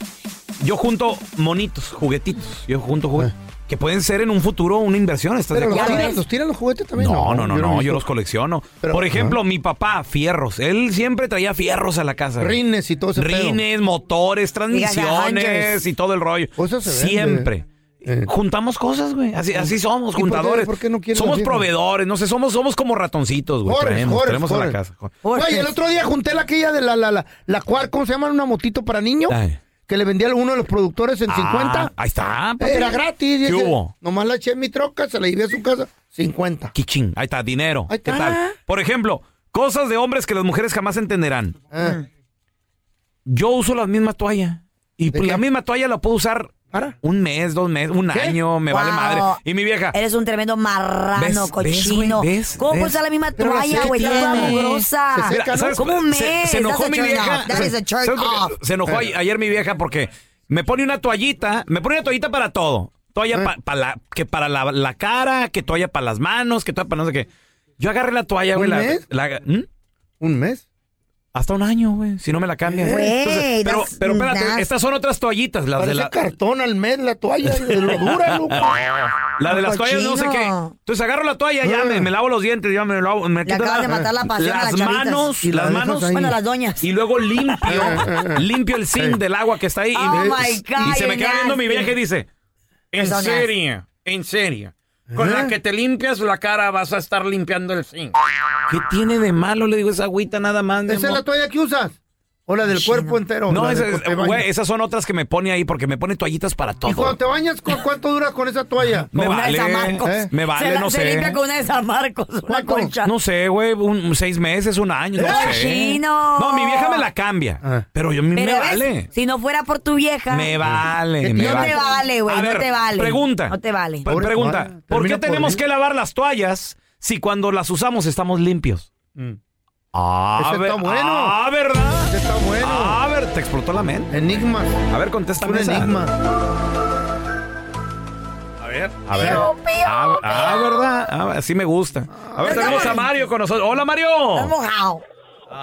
[SPEAKER 6] Yo junto monitos, juguetitos. Yo junto juguetes. Que pueden ser en un futuro una inversión. ¿estás
[SPEAKER 7] Ah. Pero
[SPEAKER 6] de
[SPEAKER 7] los
[SPEAKER 6] acuerdo?
[SPEAKER 7] tiran, los tiran los juguetes también.
[SPEAKER 6] No, no, no,
[SPEAKER 7] yo
[SPEAKER 6] no,
[SPEAKER 7] he
[SPEAKER 6] yo los
[SPEAKER 7] visto.
[SPEAKER 6] colecciono. Por ejemplo, mi papá, fierros. Él siempre traía fierros a la casa. güey.
[SPEAKER 7] Rines y todo ese pedo.
[SPEAKER 6] Rines, motores,
[SPEAKER 7] hangers.
[SPEAKER 6] transmisiones y todo el rollo.
[SPEAKER 7] Pues se vende. Eh.
[SPEAKER 6] siempre. Juntamos cosas, güey. Así, así
[SPEAKER 7] ¿Y por
[SPEAKER 6] somos,
[SPEAKER 7] qué-
[SPEAKER 6] juntadores.
[SPEAKER 7] por qué no quieren
[SPEAKER 6] somos
[SPEAKER 7] las viejas?
[SPEAKER 6] proveedores, no sé, somos, somos como ratoncitos, güey.
[SPEAKER 7] Jores,
[SPEAKER 6] Traemos,
[SPEAKER 7] jores,
[SPEAKER 6] traemos a la
[SPEAKER 7] jores.
[SPEAKER 6] casa.
[SPEAKER 7] Güey, el otro día junté la aquella de la, la, la, la cual, ¿cómo se llama? Una motito para niño. Que le vendía a uno de los productores en
[SPEAKER 6] Ah,
[SPEAKER 7] 50.
[SPEAKER 6] Ahí está. Ah, papi.
[SPEAKER 7] Era gratis.
[SPEAKER 6] ¿Qué
[SPEAKER 7] dije,
[SPEAKER 6] hubo?
[SPEAKER 7] Nomás la eché en mi troca, se la llevé a su casa. 50.
[SPEAKER 6] Kichín, ahí está, dinero.
[SPEAKER 7] Ahí está.
[SPEAKER 6] ¿Qué tal? Por ejemplo, cosas de hombres que las mujeres jamás entenderán.
[SPEAKER 7] Ah.
[SPEAKER 6] Yo uso las mismas toallas. Y pues, la misma toalla la puedo usar un mes, dos meses, un
[SPEAKER 8] ¿Qué?
[SPEAKER 6] año, me vale
[SPEAKER 8] Wow.
[SPEAKER 6] madre. Y mi vieja.
[SPEAKER 8] Eres un tremendo marrano,
[SPEAKER 6] ¿Ves?
[SPEAKER 8] cochino.
[SPEAKER 6] ¿Ves, güey? ¿Ves?
[SPEAKER 8] ¿Cómo
[SPEAKER 6] ¿Ves?
[SPEAKER 8] usar la misma
[SPEAKER 6] Pero la
[SPEAKER 8] toalla, güey?
[SPEAKER 6] seca,
[SPEAKER 8] Toda
[SPEAKER 6] güey.
[SPEAKER 8] mugrosa.
[SPEAKER 6] Se seca, ¿no?
[SPEAKER 8] Como un mes.
[SPEAKER 6] Se- se enojó
[SPEAKER 8] That's a
[SPEAKER 6] mi
[SPEAKER 8] turn
[SPEAKER 6] vieja.
[SPEAKER 8] off. That is a Ah. turn
[SPEAKER 6] ¿Sabes por qué?
[SPEAKER 8] off. Eh.
[SPEAKER 6] Se enojó a- ayer mi vieja porque me pone una toallita, me pone una toallita para todo. Toalla pa- pa la- que para la, la cara, que toalla para las manos, que toalla para no sé qué. Yo agarré la toalla,
[SPEAKER 7] ¿Un
[SPEAKER 6] güey. la-
[SPEAKER 7] mes?
[SPEAKER 6] la- ¿Mm?
[SPEAKER 7] ¿Un mes?
[SPEAKER 6] Hasta un año, güey. Si no me la cambian.
[SPEAKER 7] Güey,
[SPEAKER 6] Entonces, pero,
[SPEAKER 7] that's
[SPEAKER 6] pero espérate,
[SPEAKER 7] nasty.
[SPEAKER 6] estas son otras toallitas, las
[SPEAKER 7] Parece
[SPEAKER 6] de la.
[SPEAKER 7] cartón al mes la toalla. de lo dura, loco.
[SPEAKER 6] La de las
[SPEAKER 7] Cochino.
[SPEAKER 6] toallas, no sé qué. Entonces agarro la toalla, ya me, me lavo los dientes, ya me lavo. Me
[SPEAKER 8] Le acabas de matar la pasión a
[SPEAKER 6] las
[SPEAKER 8] las chavitas.
[SPEAKER 6] manos,
[SPEAKER 8] Y la
[SPEAKER 6] las
[SPEAKER 8] dejas
[SPEAKER 6] manos.
[SPEAKER 8] ahí. Bueno, las doñas.
[SPEAKER 6] Y luego limpio, limpio el zinc
[SPEAKER 8] Sí.
[SPEAKER 6] del agua que está ahí. y-
[SPEAKER 8] Oh my
[SPEAKER 6] y
[SPEAKER 8] God,
[SPEAKER 6] se me
[SPEAKER 8] you're
[SPEAKER 6] queda viendo mi
[SPEAKER 8] nasty.
[SPEAKER 6] vieja y dice: En
[SPEAKER 4] Personas.
[SPEAKER 6] serio, en serio. Con la que te limpias la cara vas a estar limpiando el zinc. ¿Qué tiene de malo? Le digo esa agüita nada más. mi
[SPEAKER 7] ¿Esa es
[SPEAKER 6] amor.
[SPEAKER 7] la toalla que usas? ¿O la del cuerpo entero?
[SPEAKER 6] No,
[SPEAKER 7] La
[SPEAKER 6] esa-
[SPEAKER 7] de cuando te
[SPEAKER 6] güey,
[SPEAKER 7] bañas.
[SPEAKER 6] esas son otras que me pone ahí porque me pone toallitas para
[SPEAKER 7] ¿Y
[SPEAKER 6] todo.
[SPEAKER 7] cuando te bañas, ¿cu- cuánto duras con esa toalla?
[SPEAKER 6] Me vale, ¿Eh? me vale,
[SPEAKER 8] se,
[SPEAKER 6] no
[SPEAKER 8] se
[SPEAKER 6] sé.
[SPEAKER 8] limpia con una de San Marcos, una
[SPEAKER 7] pues
[SPEAKER 8] colcha.
[SPEAKER 6] No sé, güey, un, un seis meses, un año, no
[SPEAKER 8] ¡Eh,
[SPEAKER 6] sé.
[SPEAKER 8] chino!
[SPEAKER 6] No, mi vieja me la cambia, pero yo me
[SPEAKER 8] Pero ¿ves?
[SPEAKER 6] vale.
[SPEAKER 8] Si no fuera por tu vieja.
[SPEAKER 6] Me vale, me
[SPEAKER 8] no
[SPEAKER 6] vale.
[SPEAKER 8] te vale, güey.
[SPEAKER 6] A
[SPEAKER 8] No
[SPEAKER 6] ver,
[SPEAKER 8] te vale.
[SPEAKER 6] pregunta.
[SPEAKER 8] No te vale.
[SPEAKER 6] P- pregunta, ¿por qué tenemos que lavar las toallas si cuando las usamos estamos limpios? Ah,
[SPEAKER 7] Ese
[SPEAKER 6] ver-
[SPEAKER 7] Mm. está bueno.
[SPEAKER 6] Ah, ¿verdad?
[SPEAKER 7] Ese está bueno.
[SPEAKER 6] A ver, te explotó la mente.
[SPEAKER 7] Enigma.
[SPEAKER 6] A ver, contéstame
[SPEAKER 7] Un
[SPEAKER 6] esa.
[SPEAKER 7] enigma.
[SPEAKER 6] A ver, a ver.
[SPEAKER 7] Pío, pío,
[SPEAKER 6] ah, ah, ¿verdad? Ah, así me gusta. A ver, tenemos a Mario con nosotros. Hola, Mario.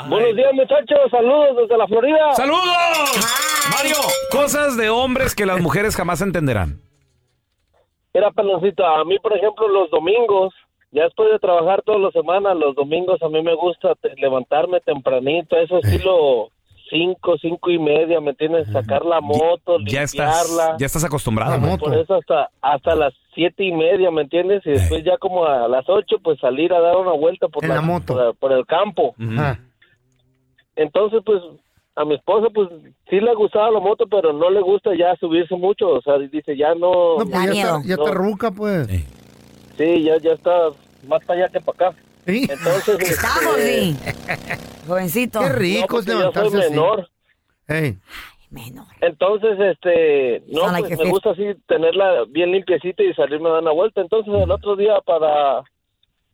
[SPEAKER 19] Buenos días, muchachos. Saludos desde la Florida.
[SPEAKER 6] ¡Saludos! Mario, cosas de hombres que las mujeres jamás entenderán.
[SPEAKER 19] Mira, peloncita, a mí, por ejemplo, los domingos, ya después de trabajar todas las semanas, los domingos a mí me gusta te- levantarme tempranito, eso
[SPEAKER 6] Eh.
[SPEAKER 19] estilo cinco, cinco y media, ¿me entiendes? Sacar la moto,
[SPEAKER 6] Mm. Ya estás,
[SPEAKER 19] limpiarla.
[SPEAKER 6] ya estás acostumbrado. güey.
[SPEAKER 19] Por eso hasta, hasta las siete y media, ¿me entiendes?
[SPEAKER 6] Eh.
[SPEAKER 19] Y después ya como a las ocho, pues salir a dar una vuelta por, la, por- por el campo. Entonces, pues, a mi esposa, pues, sí le gustaba la moto, pero no le gusta ya subirse mucho. O sea, dice, ya no...
[SPEAKER 7] No, pues ya, está, ya está
[SPEAKER 19] no.
[SPEAKER 7] ruca, pues.
[SPEAKER 6] Eh.
[SPEAKER 19] Sí, ya, ya está más para allá que para acá. Entonces,
[SPEAKER 8] Estamos,
[SPEAKER 19] este,
[SPEAKER 8] sí. Jovencito.
[SPEAKER 19] Qué rico No, es porque yo levantarse soy así. menor. Entonces, este, no,
[SPEAKER 8] Sound like
[SPEAKER 19] pues,
[SPEAKER 8] your
[SPEAKER 19] me
[SPEAKER 8] fifth.
[SPEAKER 19] gusta así tenerla bien limpiecita y salirme a dar una vuelta. Entonces, el otro día para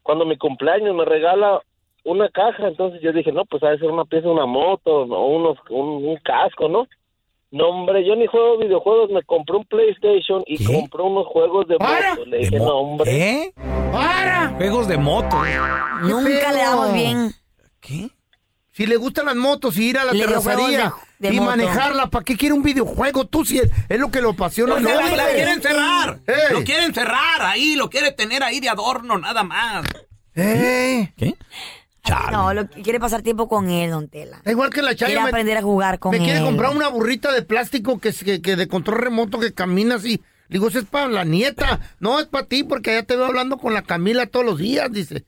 [SPEAKER 19] cuando mi cumpleaños me regala una caja, entonces yo dije, no, pues a ser una pieza de una moto o unos, un, un casco, ¿no? No, hombre, yo ni juego videojuegos, me compré un PlayStation y compré unos juegos de moto. Le dije, no, hombre.
[SPEAKER 6] ¿Eh?
[SPEAKER 7] ¡Para!
[SPEAKER 6] Juegos de moto.
[SPEAKER 8] Nunca le damos bien.
[SPEAKER 7] Si le gustan las motos y ir a la
[SPEAKER 8] Le dio
[SPEAKER 7] terracería
[SPEAKER 8] juegos de- de
[SPEAKER 7] y
[SPEAKER 8] moto.
[SPEAKER 7] manejarla, ¿para qué quiere un videojuego? Tú si es, es lo que lo apasiona.
[SPEAKER 4] Pues
[SPEAKER 7] no,
[SPEAKER 4] la- la
[SPEAKER 7] güey.
[SPEAKER 4] quiere encerrar.
[SPEAKER 7] Ey.
[SPEAKER 4] Lo quiere encerrar ahí, lo quiere tener ahí de adorno, nada más.
[SPEAKER 7] ¡Eh!
[SPEAKER 6] ¿Qué?
[SPEAKER 8] No, lo que quiere pasar tiempo con él, don Tela.
[SPEAKER 7] Igual que la Chayo
[SPEAKER 8] Quiere
[SPEAKER 7] me-
[SPEAKER 8] aprender a jugar con
[SPEAKER 7] Me
[SPEAKER 8] él.
[SPEAKER 7] quiere comprar una burrita de plástico que, es- que, que de control remoto que camina así. Le digo, eso es para la nieta. No, es para ti porque ya te veo hablando con la Camila todos los días, dice.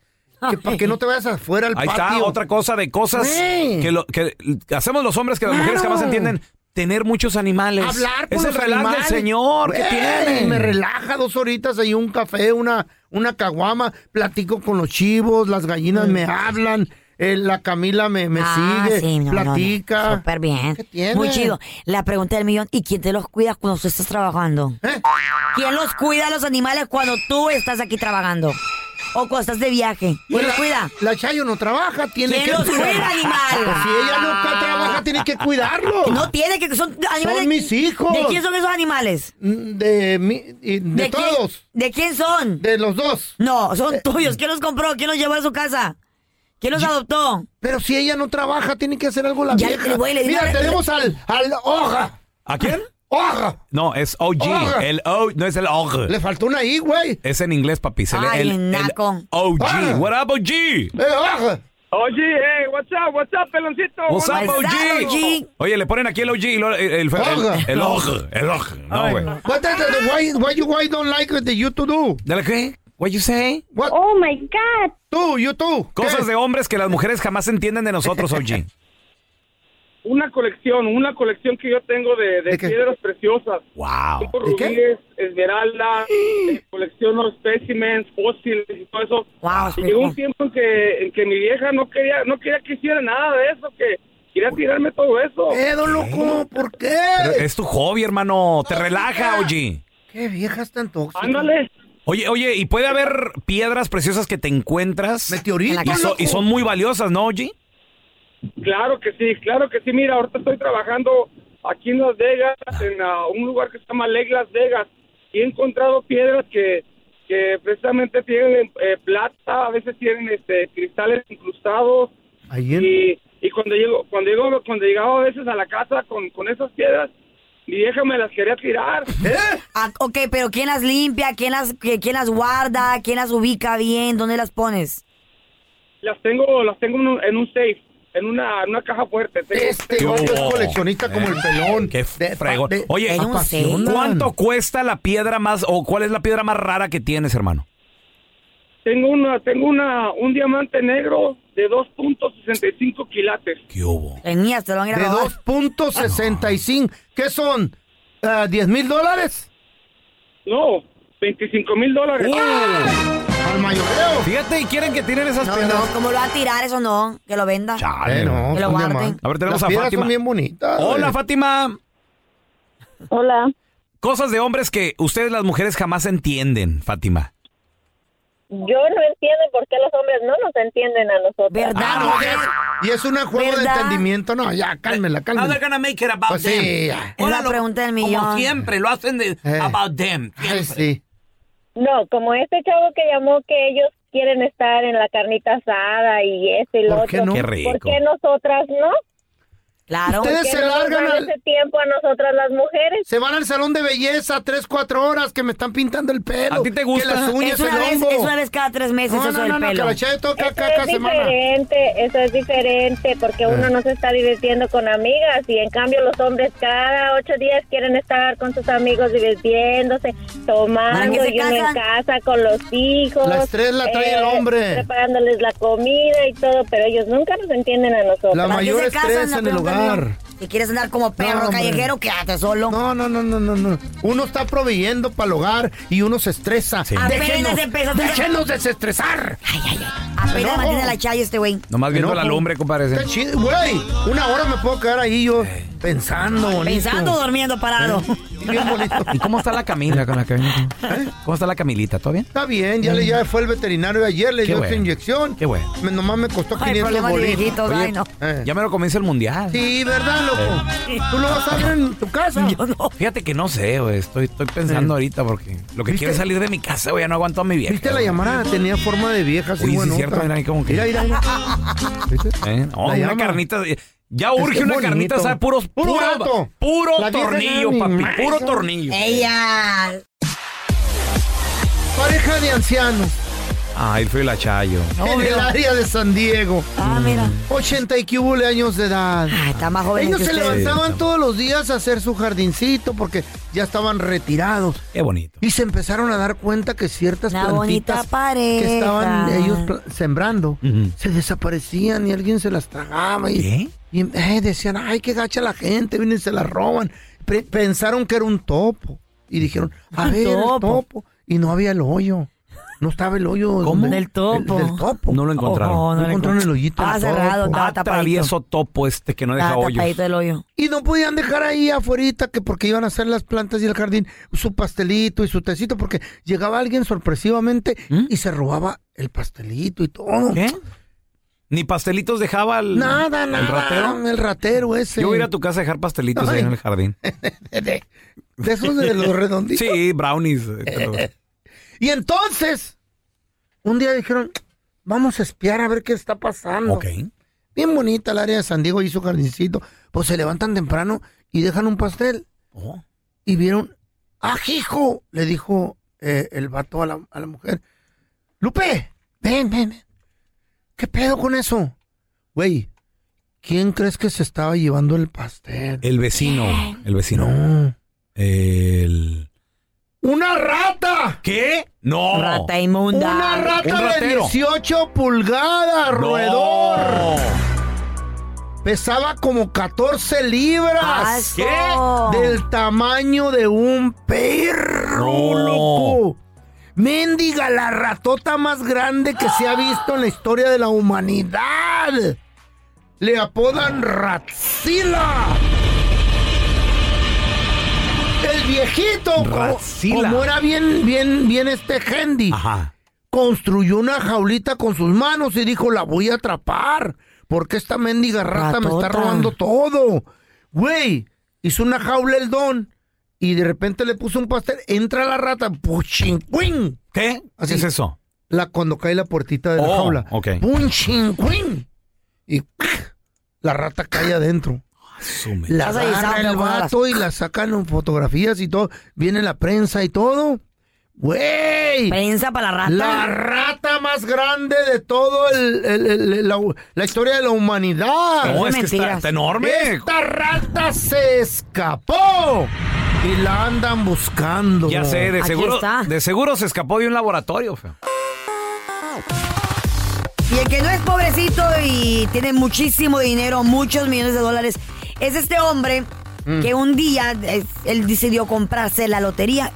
[SPEAKER 7] Que para que no te vayas afuera al
[SPEAKER 6] Ahí
[SPEAKER 7] patio.
[SPEAKER 6] está otra cosa de cosas
[SPEAKER 7] Sí.
[SPEAKER 6] que, lo- que hacemos los hombres que las mujeres
[SPEAKER 7] Claro.
[SPEAKER 6] jamás entienden. Tener muchos animales.
[SPEAKER 7] Hablar con
[SPEAKER 6] es
[SPEAKER 7] los
[SPEAKER 6] el relax
[SPEAKER 7] animales.
[SPEAKER 6] del señor que
[SPEAKER 7] Güey,
[SPEAKER 6] tiene.
[SPEAKER 7] Me relaja dos horitas ahí un café, una, una caguama, platico con los chivos, las gallinas me hablan, eh, la Camila me, me
[SPEAKER 8] Mm. Ah,
[SPEAKER 7] sigue,
[SPEAKER 8] sí, no, no, no.
[SPEAKER 7] platica.
[SPEAKER 8] Súper bien.
[SPEAKER 7] tiene?
[SPEAKER 8] Muy chido. La pregunta del millón, ¿y quién te los cuida cuando tú estás trabajando?
[SPEAKER 7] ¿Eh?
[SPEAKER 8] ¿Quién los cuida a los animales cuando tú estás aquí trabajando? O cuando estás de viaje. ¿Quién los cuida?
[SPEAKER 7] La Chayo no trabaja, tiene
[SPEAKER 8] ¿Quién
[SPEAKER 7] que-
[SPEAKER 8] los cuida,
[SPEAKER 7] Pues
[SPEAKER 8] animal?
[SPEAKER 7] si ella nunca trabaja, tiene que cuidarlos.
[SPEAKER 8] No tiene que, son animales.
[SPEAKER 7] Son mis hijos. Mm,
[SPEAKER 8] ¿De quién son esos animales?
[SPEAKER 7] De, de,
[SPEAKER 8] quién-
[SPEAKER 7] todos.
[SPEAKER 8] ¿De quién son?
[SPEAKER 7] De los dos. Eh,
[SPEAKER 8] No, son tuyos. ¿Quién los compró? ¿Quién los llevó a su casa? ¿Quién los adoptó?
[SPEAKER 7] Pero si ella no trabaja, tiene que hacer algo la
[SPEAKER 8] Ya,
[SPEAKER 7] vieja.
[SPEAKER 8] el güey le dio
[SPEAKER 7] Mira,
[SPEAKER 8] una-
[SPEAKER 7] tenemos al, al Hoja.
[SPEAKER 6] ¿A quién?
[SPEAKER 7] Hoja.
[SPEAKER 6] No, es OG.
[SPEAKER 7] Ogra.
[SPEAKER 6] El O, no es el OG.
[SPEAKER 7] Le faltó una I, güey.
[SPEAKER 6] Es en inglés, papi. Se lee
[SPEAKER 8] Ay,
[SPEAKER 6] el, el
[SPEAKER 8] naco.
[SPEAKER 6] OG.
[SPEAKER 8] Ah.
[SPEAKER 6] What up,
[SPEAKER 7] Eh,
[SPEAKER 6] OG?
[SPEAKER 20] Oye, hey, what's up, what's up, peloncito?
[SPEAKER 6] What's up,
[SPEAKER 20] What's
[SPEAKER 6] OG? Oye, le ponen aquí el OG y luego el, el,
[SPEAKER 7] Ogra.
[SPEAKER 6] el, el OG. El OG. No, güey.
[SPEAKER 7] What the, the- why, why you why don't like what the you to do?
[SPEAKER 6] ¿De la qué? What you say?
[SPEAKER 7] Oh my God. Tú, you too.
[SPEAKER 6] Cosas
[SPEAKER 7] ¿Qué?
[SPEAKER 6] de hombres que las mujeres jamás entienden de nosotros, OG.
[SPEAKER 20] Una colección, una colección que yo tengo de, de piedras preciosas.
[SPEAKER 6] Wow.
[SPEAKER 20] Tengo rubíes, esmeraldas, eh, colecciono espécimes, fósiles y todo eso.
[SPEAKER 8] Wow,
[SPEAKER 20] y llegó un tiempo en que, en que mi vieja no quería, no quería que hiciera nada de eso, que quería tirarme todo eso.
[SPEAKER 7] Eh, don loco, ¿por qué?
[SPEAKER 6] Pero es tu hobby, hermano. Te relaja, OG.
[SPEAKER 7] Qué viejas tan tóxicas.
[SPEAKER 20] Ándale.
[SPEAKER 6] Oye, oye, ¿y puede haber piedras preciosas que te encuentras?
[SPEAKER 7] Meteoritos,
[SPEAKER 6] Y, so-
[SPEAKER 7] loco.
[SPEAKER 6] y son muy valiosas, ¿no, OG?
[SPEAKER 20] Claro que sí, claro que sí. Mira, ahorita estoy trabajando aquí en Las Vegas, en ah, un lugar que se llama Lake Las Vegas, y he encontrado piedras que, que precisamente tienen eh, plata, a veces tienen este cristales incrustados. Y, y cuando llego, cuando llego, cuando llegaba a veces a la casa con, con esas piedras, mi vieja me las quería tirar.
[SPEAKER 8] Ah, ok, pero ¿quién las limpia? ¿Quién las, que- quién las guarda? ¿Quién las ubica bien? ¿Dónde las pones?
[SPEAKER 20] Las tengo, las tengo en un, en un safe, en una, en una caja fuerte.
[SPEAKER 7] Este vato es coleccionista como el pelón.
[SPEAKER 6] Eh, Qué fregón.
[SPEAKER 7] de-
[SPEAKER 6] Oye,
[SPEAKER 7] Era un
[SPEAKER 6] apasionan.
[SPEAKER 7] seis.
[SPEAKER 6] ¿cuánto cuesta la piedra más o cuál es la piedra más rara que tienes, hermano?
[SPEAKER 20] Tengo una, tengo una, un diamante negro de 2.65 quilates.
[SPEAKER 6] ¿Qué hubo?
[SPEAKER 8] Tenías, te lo van a ir a
[SPEAKER 7] De
[SPEAKER 8] robar.
[SPEAKER 7] 2.65. ¿Qué son? Ah, ¿10 mil dólares?
[SPEAKER 20] No, 25 mil dólares.
[SPEAKER 7] Al mayoreo.
[SPEAKER 6] Fíjate, y quieren que tienen esas
[SPEAKER 8] No,
[SPEAKER 6] piedras.
[SPEAKER 8] no, ¿cómo lo va a tirar eso no? Que lo venda.
[SPEAKER 6] Chale,
[SPEAKER 7] no,
[SPEAKER 8] que lo
[SPEAKER 7] son
[SPEAKER 8] guarden.
[SPEAKER 7] diamantes.
[SPEAKER 6] A ver, tenemos
[SPEAKER 7] Las
[SPEAKER 6] a
[SPEAKER 7] piedras
[SPEAKER 6] Fátima.
[SPEAKER 7] son bien bonitas. Eh.
[SPEAKER 6] Hola,
[SPEAKER 7] güey.
[SPEAKER 6] Fátima.
[SPEAKER 21] Hola.
[SPEAKER 6] Cosas de hombres que ustedes las mujeres jamás entienden, Fátima.
[SPEAKER 21] Yo no entiendo por qué los hombres no nos entienden a nosotros.
[SPEAKER 7] Ah, no, y es- y es un juego de
[SPEAKER 21] ¿Verdad?
[SPEAKER 7] entendimiento. No, ya, cálmela,
[SPEAKER 21] How
[SPEAKER 7] cálmela.
[SPEAKER 21] they're gonna
[SPEAKER 6] make it
[SPEAKER 21] about
[SPEAKER 7] Pues sí,
[SPEAKER 21] them.
[SPEAKER 7] ya. Eh.
[SPEAKER 21] Es la Hola,
[SPEAKER 8] pregunta del
[SPEAKER 21] millón.
[SPEAKER 6] siempre, lo hacen de about them.
[SPEAKER 7] Ay, sí.
[SPEAKER 21] No, como este chavo que llamó que ellos quieren estar en la carnita asada y este y lo
[SPEAKER 6] ¿Por
[SPEAKER 21] otro.
[SPEAKER 6] qué no? Qué rico.
[SPEAKER 21] ¿Por qué nosotras no?
[SPEAKER 8] Claro.
[SPEAKER 21] ¿Por
[SPEAKER 7] Ustedes
[SPEAKER 21] qué
[SPEAKER 7] se
[SPEAKER 21] no nos
[SPEAKER 7] largan
[SPEAKER 21] dan
[SPEAKER 7] al-
[SPEAKER 21] ese tiempo a nosotras las mujeres.
[SPEAKER 7] Se van al salón de belleza tres, cuatro horas que me están pintando el pelo.
[SPEAKER 21] ¿A ti te gusta?
[SPEAKER 7] Que las uñas,
[SPEAKER 21] Es una
[SPEAKER 7] el
[SPEAKER 21] vez-
[SPEAKER 7] hongo.
[SPEAKER 21] es
[SPEAKER 8] una vez cada tres meses
[SPEAKER 7] No,
[SPEAKER 8] eso
[SPEAKER 7] no,
[SPEAKER 8] del
[SPEAKER 7] no, no,
[SPEAKER 8] pelo.
[SPEAKER 7] que la Chayo toca
[SPEAKER 21] Eso
[SPEAKER 7] cada
[SPEAKER 21] es
[SPEAKER 7] semana.
[SPEAKER 21] diferente, eso es diferente, porque uno
[SPEAKER 7] Eh.
[SPEAKER 21] no se está divirtiendo con amigas y en cambio los hombres cada ocho días quieren estar con sus amigos divirtiéndose,
[SPEAKER 8] ¿Para
[SPEAKER 21] tomando
[SPEAKER 8] qué se
[SPEAKER 21] y uno en casa con los hijos. eh,
[SPEAKER 7] La estrés la trae el hombre.
[SPEAKER 21] Preparándoles la comida y todo, pero ellos nunca nos entienden a nosotros.
[SPEAKER 7] La mayor
[SPEAKER 8] se casan?
[SPEAKER 7] estrés
[SPEAKER 8] La
[SPEAKER 7] en el
[SPEAKER 8] pregunta del
[SPEAKER 7] hogar.
[SPEAKER 8] millón. Si quieres andar como perro
[SPEAKER 7] No, hombre.
[SPEAKER 8] callejero, quédate solo.
[SPEAKER 7] No, no, no, no, no, no. Uno está proveyendo para el hogar y uno se estresa.
[SPEAKER 8] Apenas
[SPEAKER 7] Déjenos,
[SPEAKER 8] empezó.
[SPEAKER 7] déjenos desestresar.
[SPEAKER 8] Apenas
[SPEAKER 7] Enojo.
[SPEAKER 8] mantiene la chaya este güey.
[SPEAKER 6] Nomás viendo
[SPEAKER 7] Enojo.
[SPEAKER 6] la lumbre, compadre.
[SPEAKER 7] Está chido, güey. Una hora me puedo quedar ahí yo pensando bonito.
[SPEAKER 8] Pensando, durmiendo, parado.
[SPEAKER 6] ¿Y cómo está la Camila con la Camila? ¿Cómo está la Camilita? ¿Todo bien?
[SPEAKER 7] ¿Eh? Está bien, ya, le, ya fue el veterinario ayer, le
[SPEAKER 6] Mm, Qué
[SPEAKER 7] dio
[SPEAKER 6] bueno.
[SPEAKER 7] esta inyección.
[SPEAKER 6] Qué bueno.
[SPEAKER 7] Me- nomás me costó
[SPEAKER 8] Ay,
[SPEAKER 7] 500
[SPEAKER 8] problemas de
[SPEAKER 7] bolitas.
[SPEAKER 8] viejitos,
[SPEAKER 7] Oye,
[SPEAKER 8] ay, no.
[SPEAKER 6] Ya me lo comienza el mundial.
[SPEAKER 7] Sí, ¿verdad, loco? ¿Tú lo vas a ver en tu casa?
[SPEAKER 6] Fíjate que no sé, güey. Estoy, estoy pensando ahorita porque lo que
[SPEAKER 7] ¿Viste?
[SPEAKER 6] quiero es salir de mi casa, güey. Ya no aguanto a mi vieja.
[SPEAKER 7] ¿Viste la llamada? Tenía forma de vieja, sí,
[SPEAKER 6] Oye, sí
[SPEAKER 7] bueno.
[SPEAKER 6] es cierto, mira ahí como que-
[SPEAKER 7] Mira, mira, mira. ¿Viste?
[SPEAKER 6] Eh, no,
[SPEAKER 7] La
[SPEAKER 6] una
[SPEAKER 7] llama.
[SPEAKER 6] carnita. Ya
[SPEAKER 7] Es que
[SPEAKER 6] urge una
[SPEAKER 7] bonito.
[SPEAKER 6] carnita, ¿sabes? Puros,
[SPEAKER 7] Puro
[SPEAKER 6] puro,
[SPEAKER 7] gato.
[SPEAKER 6] puro
[SPEAKER 7] La vieja
[SPEAKER 6] tornillo,
[SPEAKER 7] ni
[SPEAKER 6] papi.
[SPEAKER 7] más.
[SPEAKER 6] Puro tornillo.
[SPEAKER 8] Ella.
[SPEAKER 7] Pareja de ancianos.
[SPEAKER 6] Ah, el fue la Chayo.
[SPEAKER 7] en el área de San Diego.
[SPEAKER 8] Ah, mira.
[SPEAKER 7] 80 y cubole años de edad. Ah,
[SPEAKER 8] está más joven
[SPEAKER 7] Ellos
[SPEAKER 8] que
[SPEAKER 7] se
[SPEAKER 8] ustedes.
[SPEAKER 7] levantaban todos los días a hacer su jardincito porque ya estaban retirados.
[SPEAKER 6] Qué bonito.
[SPEAKER 7] Y se empezaron a dar cuenta que ciertas
[SPEAKER 8] Una bonita
[SPEAKER 7] plantitas que estaban
[SPEAKER 8] pareja.
[SPEAKER 7] ellos pla- sembrando se desaparecían y alguien se las tragaba. Y, y, eh, decían, ay, qué gacha la gente, vienen y se las roban. Pre- pensaron que era un topo. Y dijeron, a
[SPEAKER 8] Un
[SPEAKER 7] ver, el
[SPEAKER 8] topo.
[SPEAKER 7] topo. Y no había el hoyo. No estaba el hoyo.
[SPEAKER 6] ¿Cómo?
[SPEAKER 7] donde-
[SPEAKER 6] Del topo.
[SPEAKER 7] del topo. Oh,
[SPEAKER 6] No lo encontraron.
[SPEAKER 7] No, encontraron
[SPEAKER 6] No
[SPEAKER 7] Ah, el
[SPEAKER 6] encontraron.
[SPEAKER 7] hoyito. del
[SPEAKER 8] Estaba cerrado,
[SPEAKER 7] topo.
[SPEAKER 8] estaba tapadito.
[SPEAKER 6] Ah, Travieso topo este
[SPEAKER 7] Ah,
[SPEAKER 6] que no deja
[SPEAKER 8] Estaba
[SPEAKER 6] hoyos.
[SPEAKER 8] tapadito el hoyo.
[SPEAKER 7] Y no podían dejar ahí afuera que porque iban a hacer las plantas y el jardín su pastelito y su tecito porque llegaba alguien sorpresivamente y se robaba el pastelito y todo.
[SPEAKER 6] ¿Mm? ¿Qué? Ni pastelitos dejaba el,
[SPEAKER 7] Nada, nada.
[SPEAKER 6] el ratero.
[SPEAKER 7] El ratero ese.
[SPEAKER 6] Yo voy a ir a tu casa a dejar pastelitos ahí
[SPEAKER 7] Ay.
[SPEAKER 6] en el jardín.
[SPEAKER 7] de, de esos de los redonditos.
[SPEAKER 6] Sí, brownies. eh, te lo-
[SPEAKER 7] Y entonces, un día dijeron, vamos a espiar a ver qué está pasando. Bien bonita el área de San Diego y su jardincito. Pues se levantan temprano y dejan un pastel. Y vieron, ¡ajijo! Le dijo eh, el vato a la, a la mujer. Lupe, ven, ven, ven. ¿Qué pedo con eso? Güey, ¿quién crees que se estaba llevando el pastel?
[SPEAKER 6] El vecino. El vecino. El.
[SPEAKER 7] ¡Una rata!
[SPEAKER 6] ¿Qué? No.
[SPEAKER 8] Rata inmunda.
[SPEAKER 7] Una
[SPEAKER 6] Un
[SPEAKER 7] rata de
[SPEAKER 6] ratero.
[SPEAKER 7] 18 pulgadas, roedor. Pesaba como 14 libras.
[SPEAKER 8] ¿Qué?
[SPEAKER 7] Del tamaño de un perro, loco. Méndiga, la ratota más grande que se ha visto en la historia de la humanidad. Le apodan Ratzila. El viejito, como-
[SPEAKER 6] Ratzila.
[SPEAKER 7] como era bien, bien, bien este handy, construyó una jaulita con sus manos y dijo, la voy a atrapar, porque esta mendiga rata me está
[SPEAKER 8] Ratota.
[SPEAKER 7] robando todo. Güey, hizo una jaula el don y de repente le puso un pastel, entra la rata, ¡puchincuín!
[SPEAKER 6] ¿Qué?
[SPEAKER 7] Así
[SPEAKER 6] ¿Qué es eso?
[SPEAKER 7] La, cuando cae la puertita de la
[SPEAKER 6] Oh,
[SPEAKER 7] jaula.
[SPEAKER 6] ok.
[SPEAKER 7] ¡Puchincuín! Y la rata cae adentro.
[SPEAKER 6] Ah,
[SPEAKER 7] La
[SPEAKER 8] Estás avisado,
[SPEAKER 7] agarra el
[SPEAKER 8] pero cuando
[SPEAKER 7] vato y la sacan en fotografías y todo. Viene la prensa y todo. ¡Güey!
[SPEAKER 8] Prensa para la rata.
[SPEAKER 7] La rata más grande de todo el, el- el- el- la, la historia de la humanidad.
[SPEAKER 6] No, es que está, está enorme.
[SPEAKER 7] Esta rata se escapó y la andan buscando.
[SPEAKER 6] Ya sé, de seguro, de seguro se escapó de un laboratorio. feo.
[SPEAKER 8] Y el que no es pobrecito y tiene muchísimo dinero, muchos millones de dólares, es este hombre que un día es- él decidió comprarse la lotería,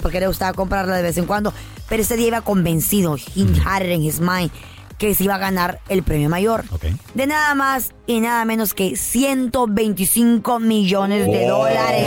[SPEAKER 8] porque le gustaba comprarla de vez en cuando, pero ese día iba convencido, he had it in his mind, que se iba a ganar el premio mayor. De nada más y nada menos que 125 millones de
[SPEAKER 7] Oh.
[SPEAKER 6] Oh.
[SPEAKER 8] dólares.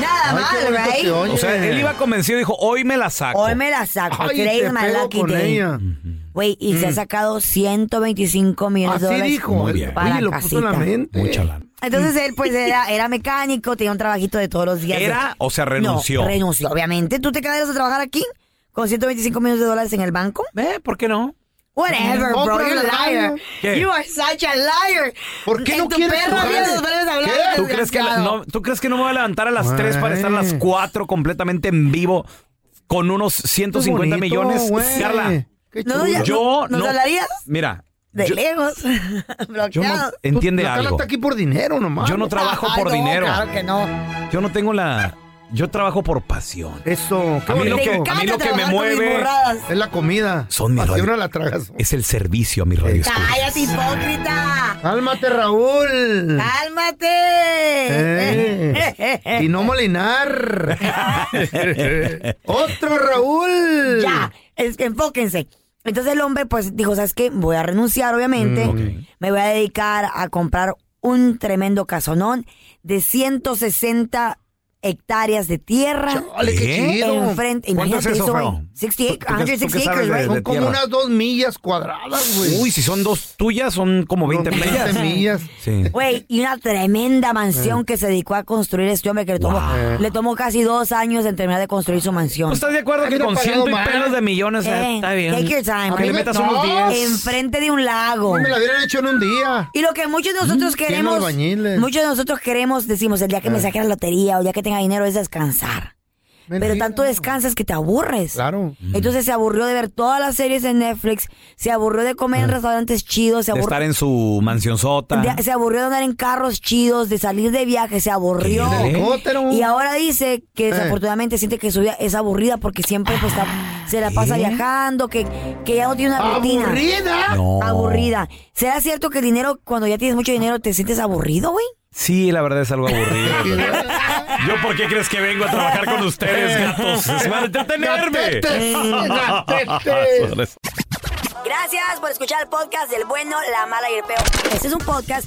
[SPEAKER 8] Nada mal, right?
[SPEAKER 6] O sea, él iba convencido y dijo, hoy me la saco.
[SPEAKER 8] Hoy me la saco.
[SPEAKER 7] Ay,
[SPEAKER 8] Today
[SPEAKER 7] te
[SPEAKER 8] is my
[SPEAKER 7] pego
[SPEAKER 8] lucky
[SPEAKER 7] con
[SPEAKER 8] day.
[SPEAKER 7] ella. Mm.
[SPEAKER 8] Güey, y se ha sacado 125 millones de
[SPEAKER 7] Así
[SPEAKER 8] dólares.
[SPEAKER 7] dijo. Muy bien.
[SPEAKER 8] Para
[SPEAKER 7] Oye, lo
[SPEAKER 8] casita.
[SPEAKER 7] puso en la mente. Mucha lana.
[SPEAKER 8] Entonces él, pues, era, era mecánico, tenía un trabajito de todos los días.
[SPEAKER 6] ¿Era? O sea,
[SPEAKER 8] No,
[SPEAKER 6] renunció.
[SPEAKER 8] renunció, obviamente. ¿Tú te quedarías a trabajar aquí con 125 millones de dólares en el banco?
[SPEAKER 6] Eh, ¿por qué no?
[SPEAKER 8] Whatever,
[SPEAKER 7] No,
[SPEAKER 8] bro.
[SPEAKER 7] pero
[SPEAKER 8] You're a
[SPEAKER 7] el
[SPEAKER 8] liar.
[SPEAKER 7] gallo. ¿Qué?
[SPEAKER 8] You are such a liar.
[SPEAKER 7] ¿Por qué
[SPEAKER 8] En
[SPEAKER 7] no
[SPEAKER 8] tu
[SPEAKER 7] quieres
[SPEAKER 8] perra,
[SPEAKER 7] jugar?
[SPEAKER 8] mira, nos vuelves a hablar,
[SPEAKER 7] ¿Qué?
[SPEAKER 6] ¿Tú crees, que la-
[SPEAKER 8] desgraciado.
[SPEAKER 6] no, tú crees que no me voy a levantar a las 3 para estar a las 4 completamente en vivo con unos 150
[SPEAKER 7] Qué bonito,
[SPEAKER 6] millones?
[SPEAKER 7] güey.
[SPEAKER 6] Carla,
[SPEAKER 7] Qué
[SPEAKER 8] No,
[SPEAKER 7] chulo.
[SPEAKER 8] ya-
[SPEAKER 6] yo
[SPEAKER 8] ¿Nos
[SPEAKER 6] no.
[SPEAKER 8] hablarías?
[SPEAKER 6] Mira,
[SPEAKER 8] De
[SPEAKER 6] yo,
[SPEAKER 8] lejos.
[SPEAKER 6] yo no
[SPEAKER 8] Bloqueados.
[SPEAKER 6] entiende
[SPEAKER 7] La Pues, Carla
[SPEAKER 6] algo.
[SPEAKER 7] está aquí por dinero nomás.
[SPEAKER 6] Yo no trabajo
[SPEAKER 8] Ay,
[SPEAKER 6] por
[SPEAKER 8] no,
[SPEAKER 6] dinero.
[SPEAKER 8] Claro que no.
[SPEAKER 6] Yo no tengo la. Yo trabajo por pasión.
[SPEAKER 7] Eso. qué
[SPEAKER 6] A mí lo
[SPEAKER 7] bonito.
[SPEAKER 6] que, a mí
[SPEAKER 8] encanta
[SPEAKER 6] lo que me
[SPEAKER 8] trabajar con mis
[SPEAKER 6] mueve
[SPEAKER 8] burradas.
[SPEAKER 7] Es la comida.
[SPEAKER 6] son mis
[SPEAKER 7] Así
[SPEAKER 6] radio-
[SPEAKER 7] una la tragas.
[SPEAKER 6] Es el servicio a mi radio.
[SPEAKER 8] ¡Cállate, hipócrita!
[SPEAKER 7] Cálmate,
[SPEAKER 6] Mm.
[SPEAKER 7] Raúl.
[SPEAKER 8] ¡Cálmate!
[SPEAKER 7] Eh. Y no molinar. Otro Raúl.
[SPEAKER 8] Ya, es- enfóquense. Entonces el hombre pues dijo, ¿sabes qué? Voy a renunciar,
[SPEAKER 6] Mm,
[SPEAKER 8] obviamente. Me voy a dedicar a comprar un tremendo casonón de 160 hectáreas de tierra. ¿Eh?
[SPEAKER 7] Chale, qué chido.
[SPEAKER 8] Enfrente,
[SPEAKER 6] ¿Cuánto es
[SPEAKER 8] imagínate
[SPEAKER 6] eso,
[SPEAKER 8] eso, güey.
[SPEAKER 6] Feo?
[SPEAKER 8] 60,
[SPEAKER 6] ¿Tú- tú qué- tú qué
[SPEAKER 8] 160 acres,
[SPEAKER 6] sabes de-
[SPEAKER 8] güey.
[SPEAKER 7] Son
[SPEAKER 6] de
[SPEAKER 7] como
[SPEAKER 6] tierra?
[SPEAKER 7] unas dos millas cuadradas, güey.
[SPEAKER 6] Uy, si son dos tuyas, son como 20
[SPEAKER 7] Como
[SPEAKER 6] millas.
[SPEAKER 7] 20 millas.
[SPEAKER 6] Sí.
[SPEAKER 8] Güey, y una tremenda mansión que se dedicó a construir este hombre que le tomó,
[SPEAKER 6] Eh. Wow.
[SPEAKER 8] le tomó casi dos años en terminar de construir su mansión.
[SPEAKER 6] ¿Tú ¿Estás de acuerdo
[SPEAKER 7] A mí
[SPEAKER 6] que
[SPEAKER 7] no
[SPEAKER 6] con
[SPEAKER 7] he pagado
[SPEAKER 6] ciento y
[SPEAKER 7] más.
[SPEAKER 6] pelos de millones eh,
[SPEAKER 8] Eh,
[SPEAKER 6] está bien?
[SPEAKER 8] Take your time.
[SPEAKER 6] Aunque le
[SPEAKER 7] Amigo,
[SPEAKER 6] metas
[SPEAKER 7] no.
[SPEAKER 6] unos 10.
[SPEAKER 8] Enfrente de un lago.
[SPEAKER 7] Me la hubieran hecho en un día.
[SPEAKER 8] Y lo que muchos de
[SPEAKER 6] Mm,
[SPEAKER 8] nosotros
[SPEAKER 7] tiene
[SPEAKER 8] queremos,
[SPEAKER 7] albañiles.
[SPEAKER 6] Eh.
[SPEAKER 8] muchos de nosotros queremos, decimos, el día que me saque la lotería o el día que tenga dinero es descansar. pero tanto descansas que te aburres.
[SPEAKER 7] Claro.
[SPEAKER 8] Entonces se aburrió de ver todas las series en Netflix, se aburrió de comer en restaurantes chidos, se
[SPEAKER 6] Eh. De
[SPEAKER 8] aburrió
[SPEAKER 6] estar en su mansión sota.
[SPEAKER 8] de- se aburrió de andar en carros chidos, de salir de viaje, se aburrió.
[SPEAKER 6] ¿Qué? Helicóptero.
[SPEAKER 8] Y ahora dice que
[SPEAKER 6] Eh.
[SPEAKER 8] desafortunadamente siente que su vida es aburrida porque siempre pues, está- se la
[SPEAKER 6] ¿Eh?
[SPEAKER 8] pasa viajando, que, que ya no tiene una rutina.
[SPEAKER 7] ¿Aburrida?
[SPEAKER 6] No.
[SPEAKER 8] Aburrida. ¿Será cierto que el dinero, cuando ya tienes mucho dinero, te sientes aburrido, güey?
[SPEAKER 6] Sí, la verdad es algo aburrido. ¿Yo por qué crees que vengo a trabajar con ustedes, gatos? Es para entretenerme.
[SPEAKER 8] Gatetes, gatetes.
[SPEAKER 6] Sobres.
[SPEAKER 8] Gracias por escuchar el podcast del bueno, la mala y el peor. Este es un podcast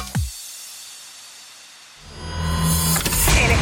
[SPEAKER 11] El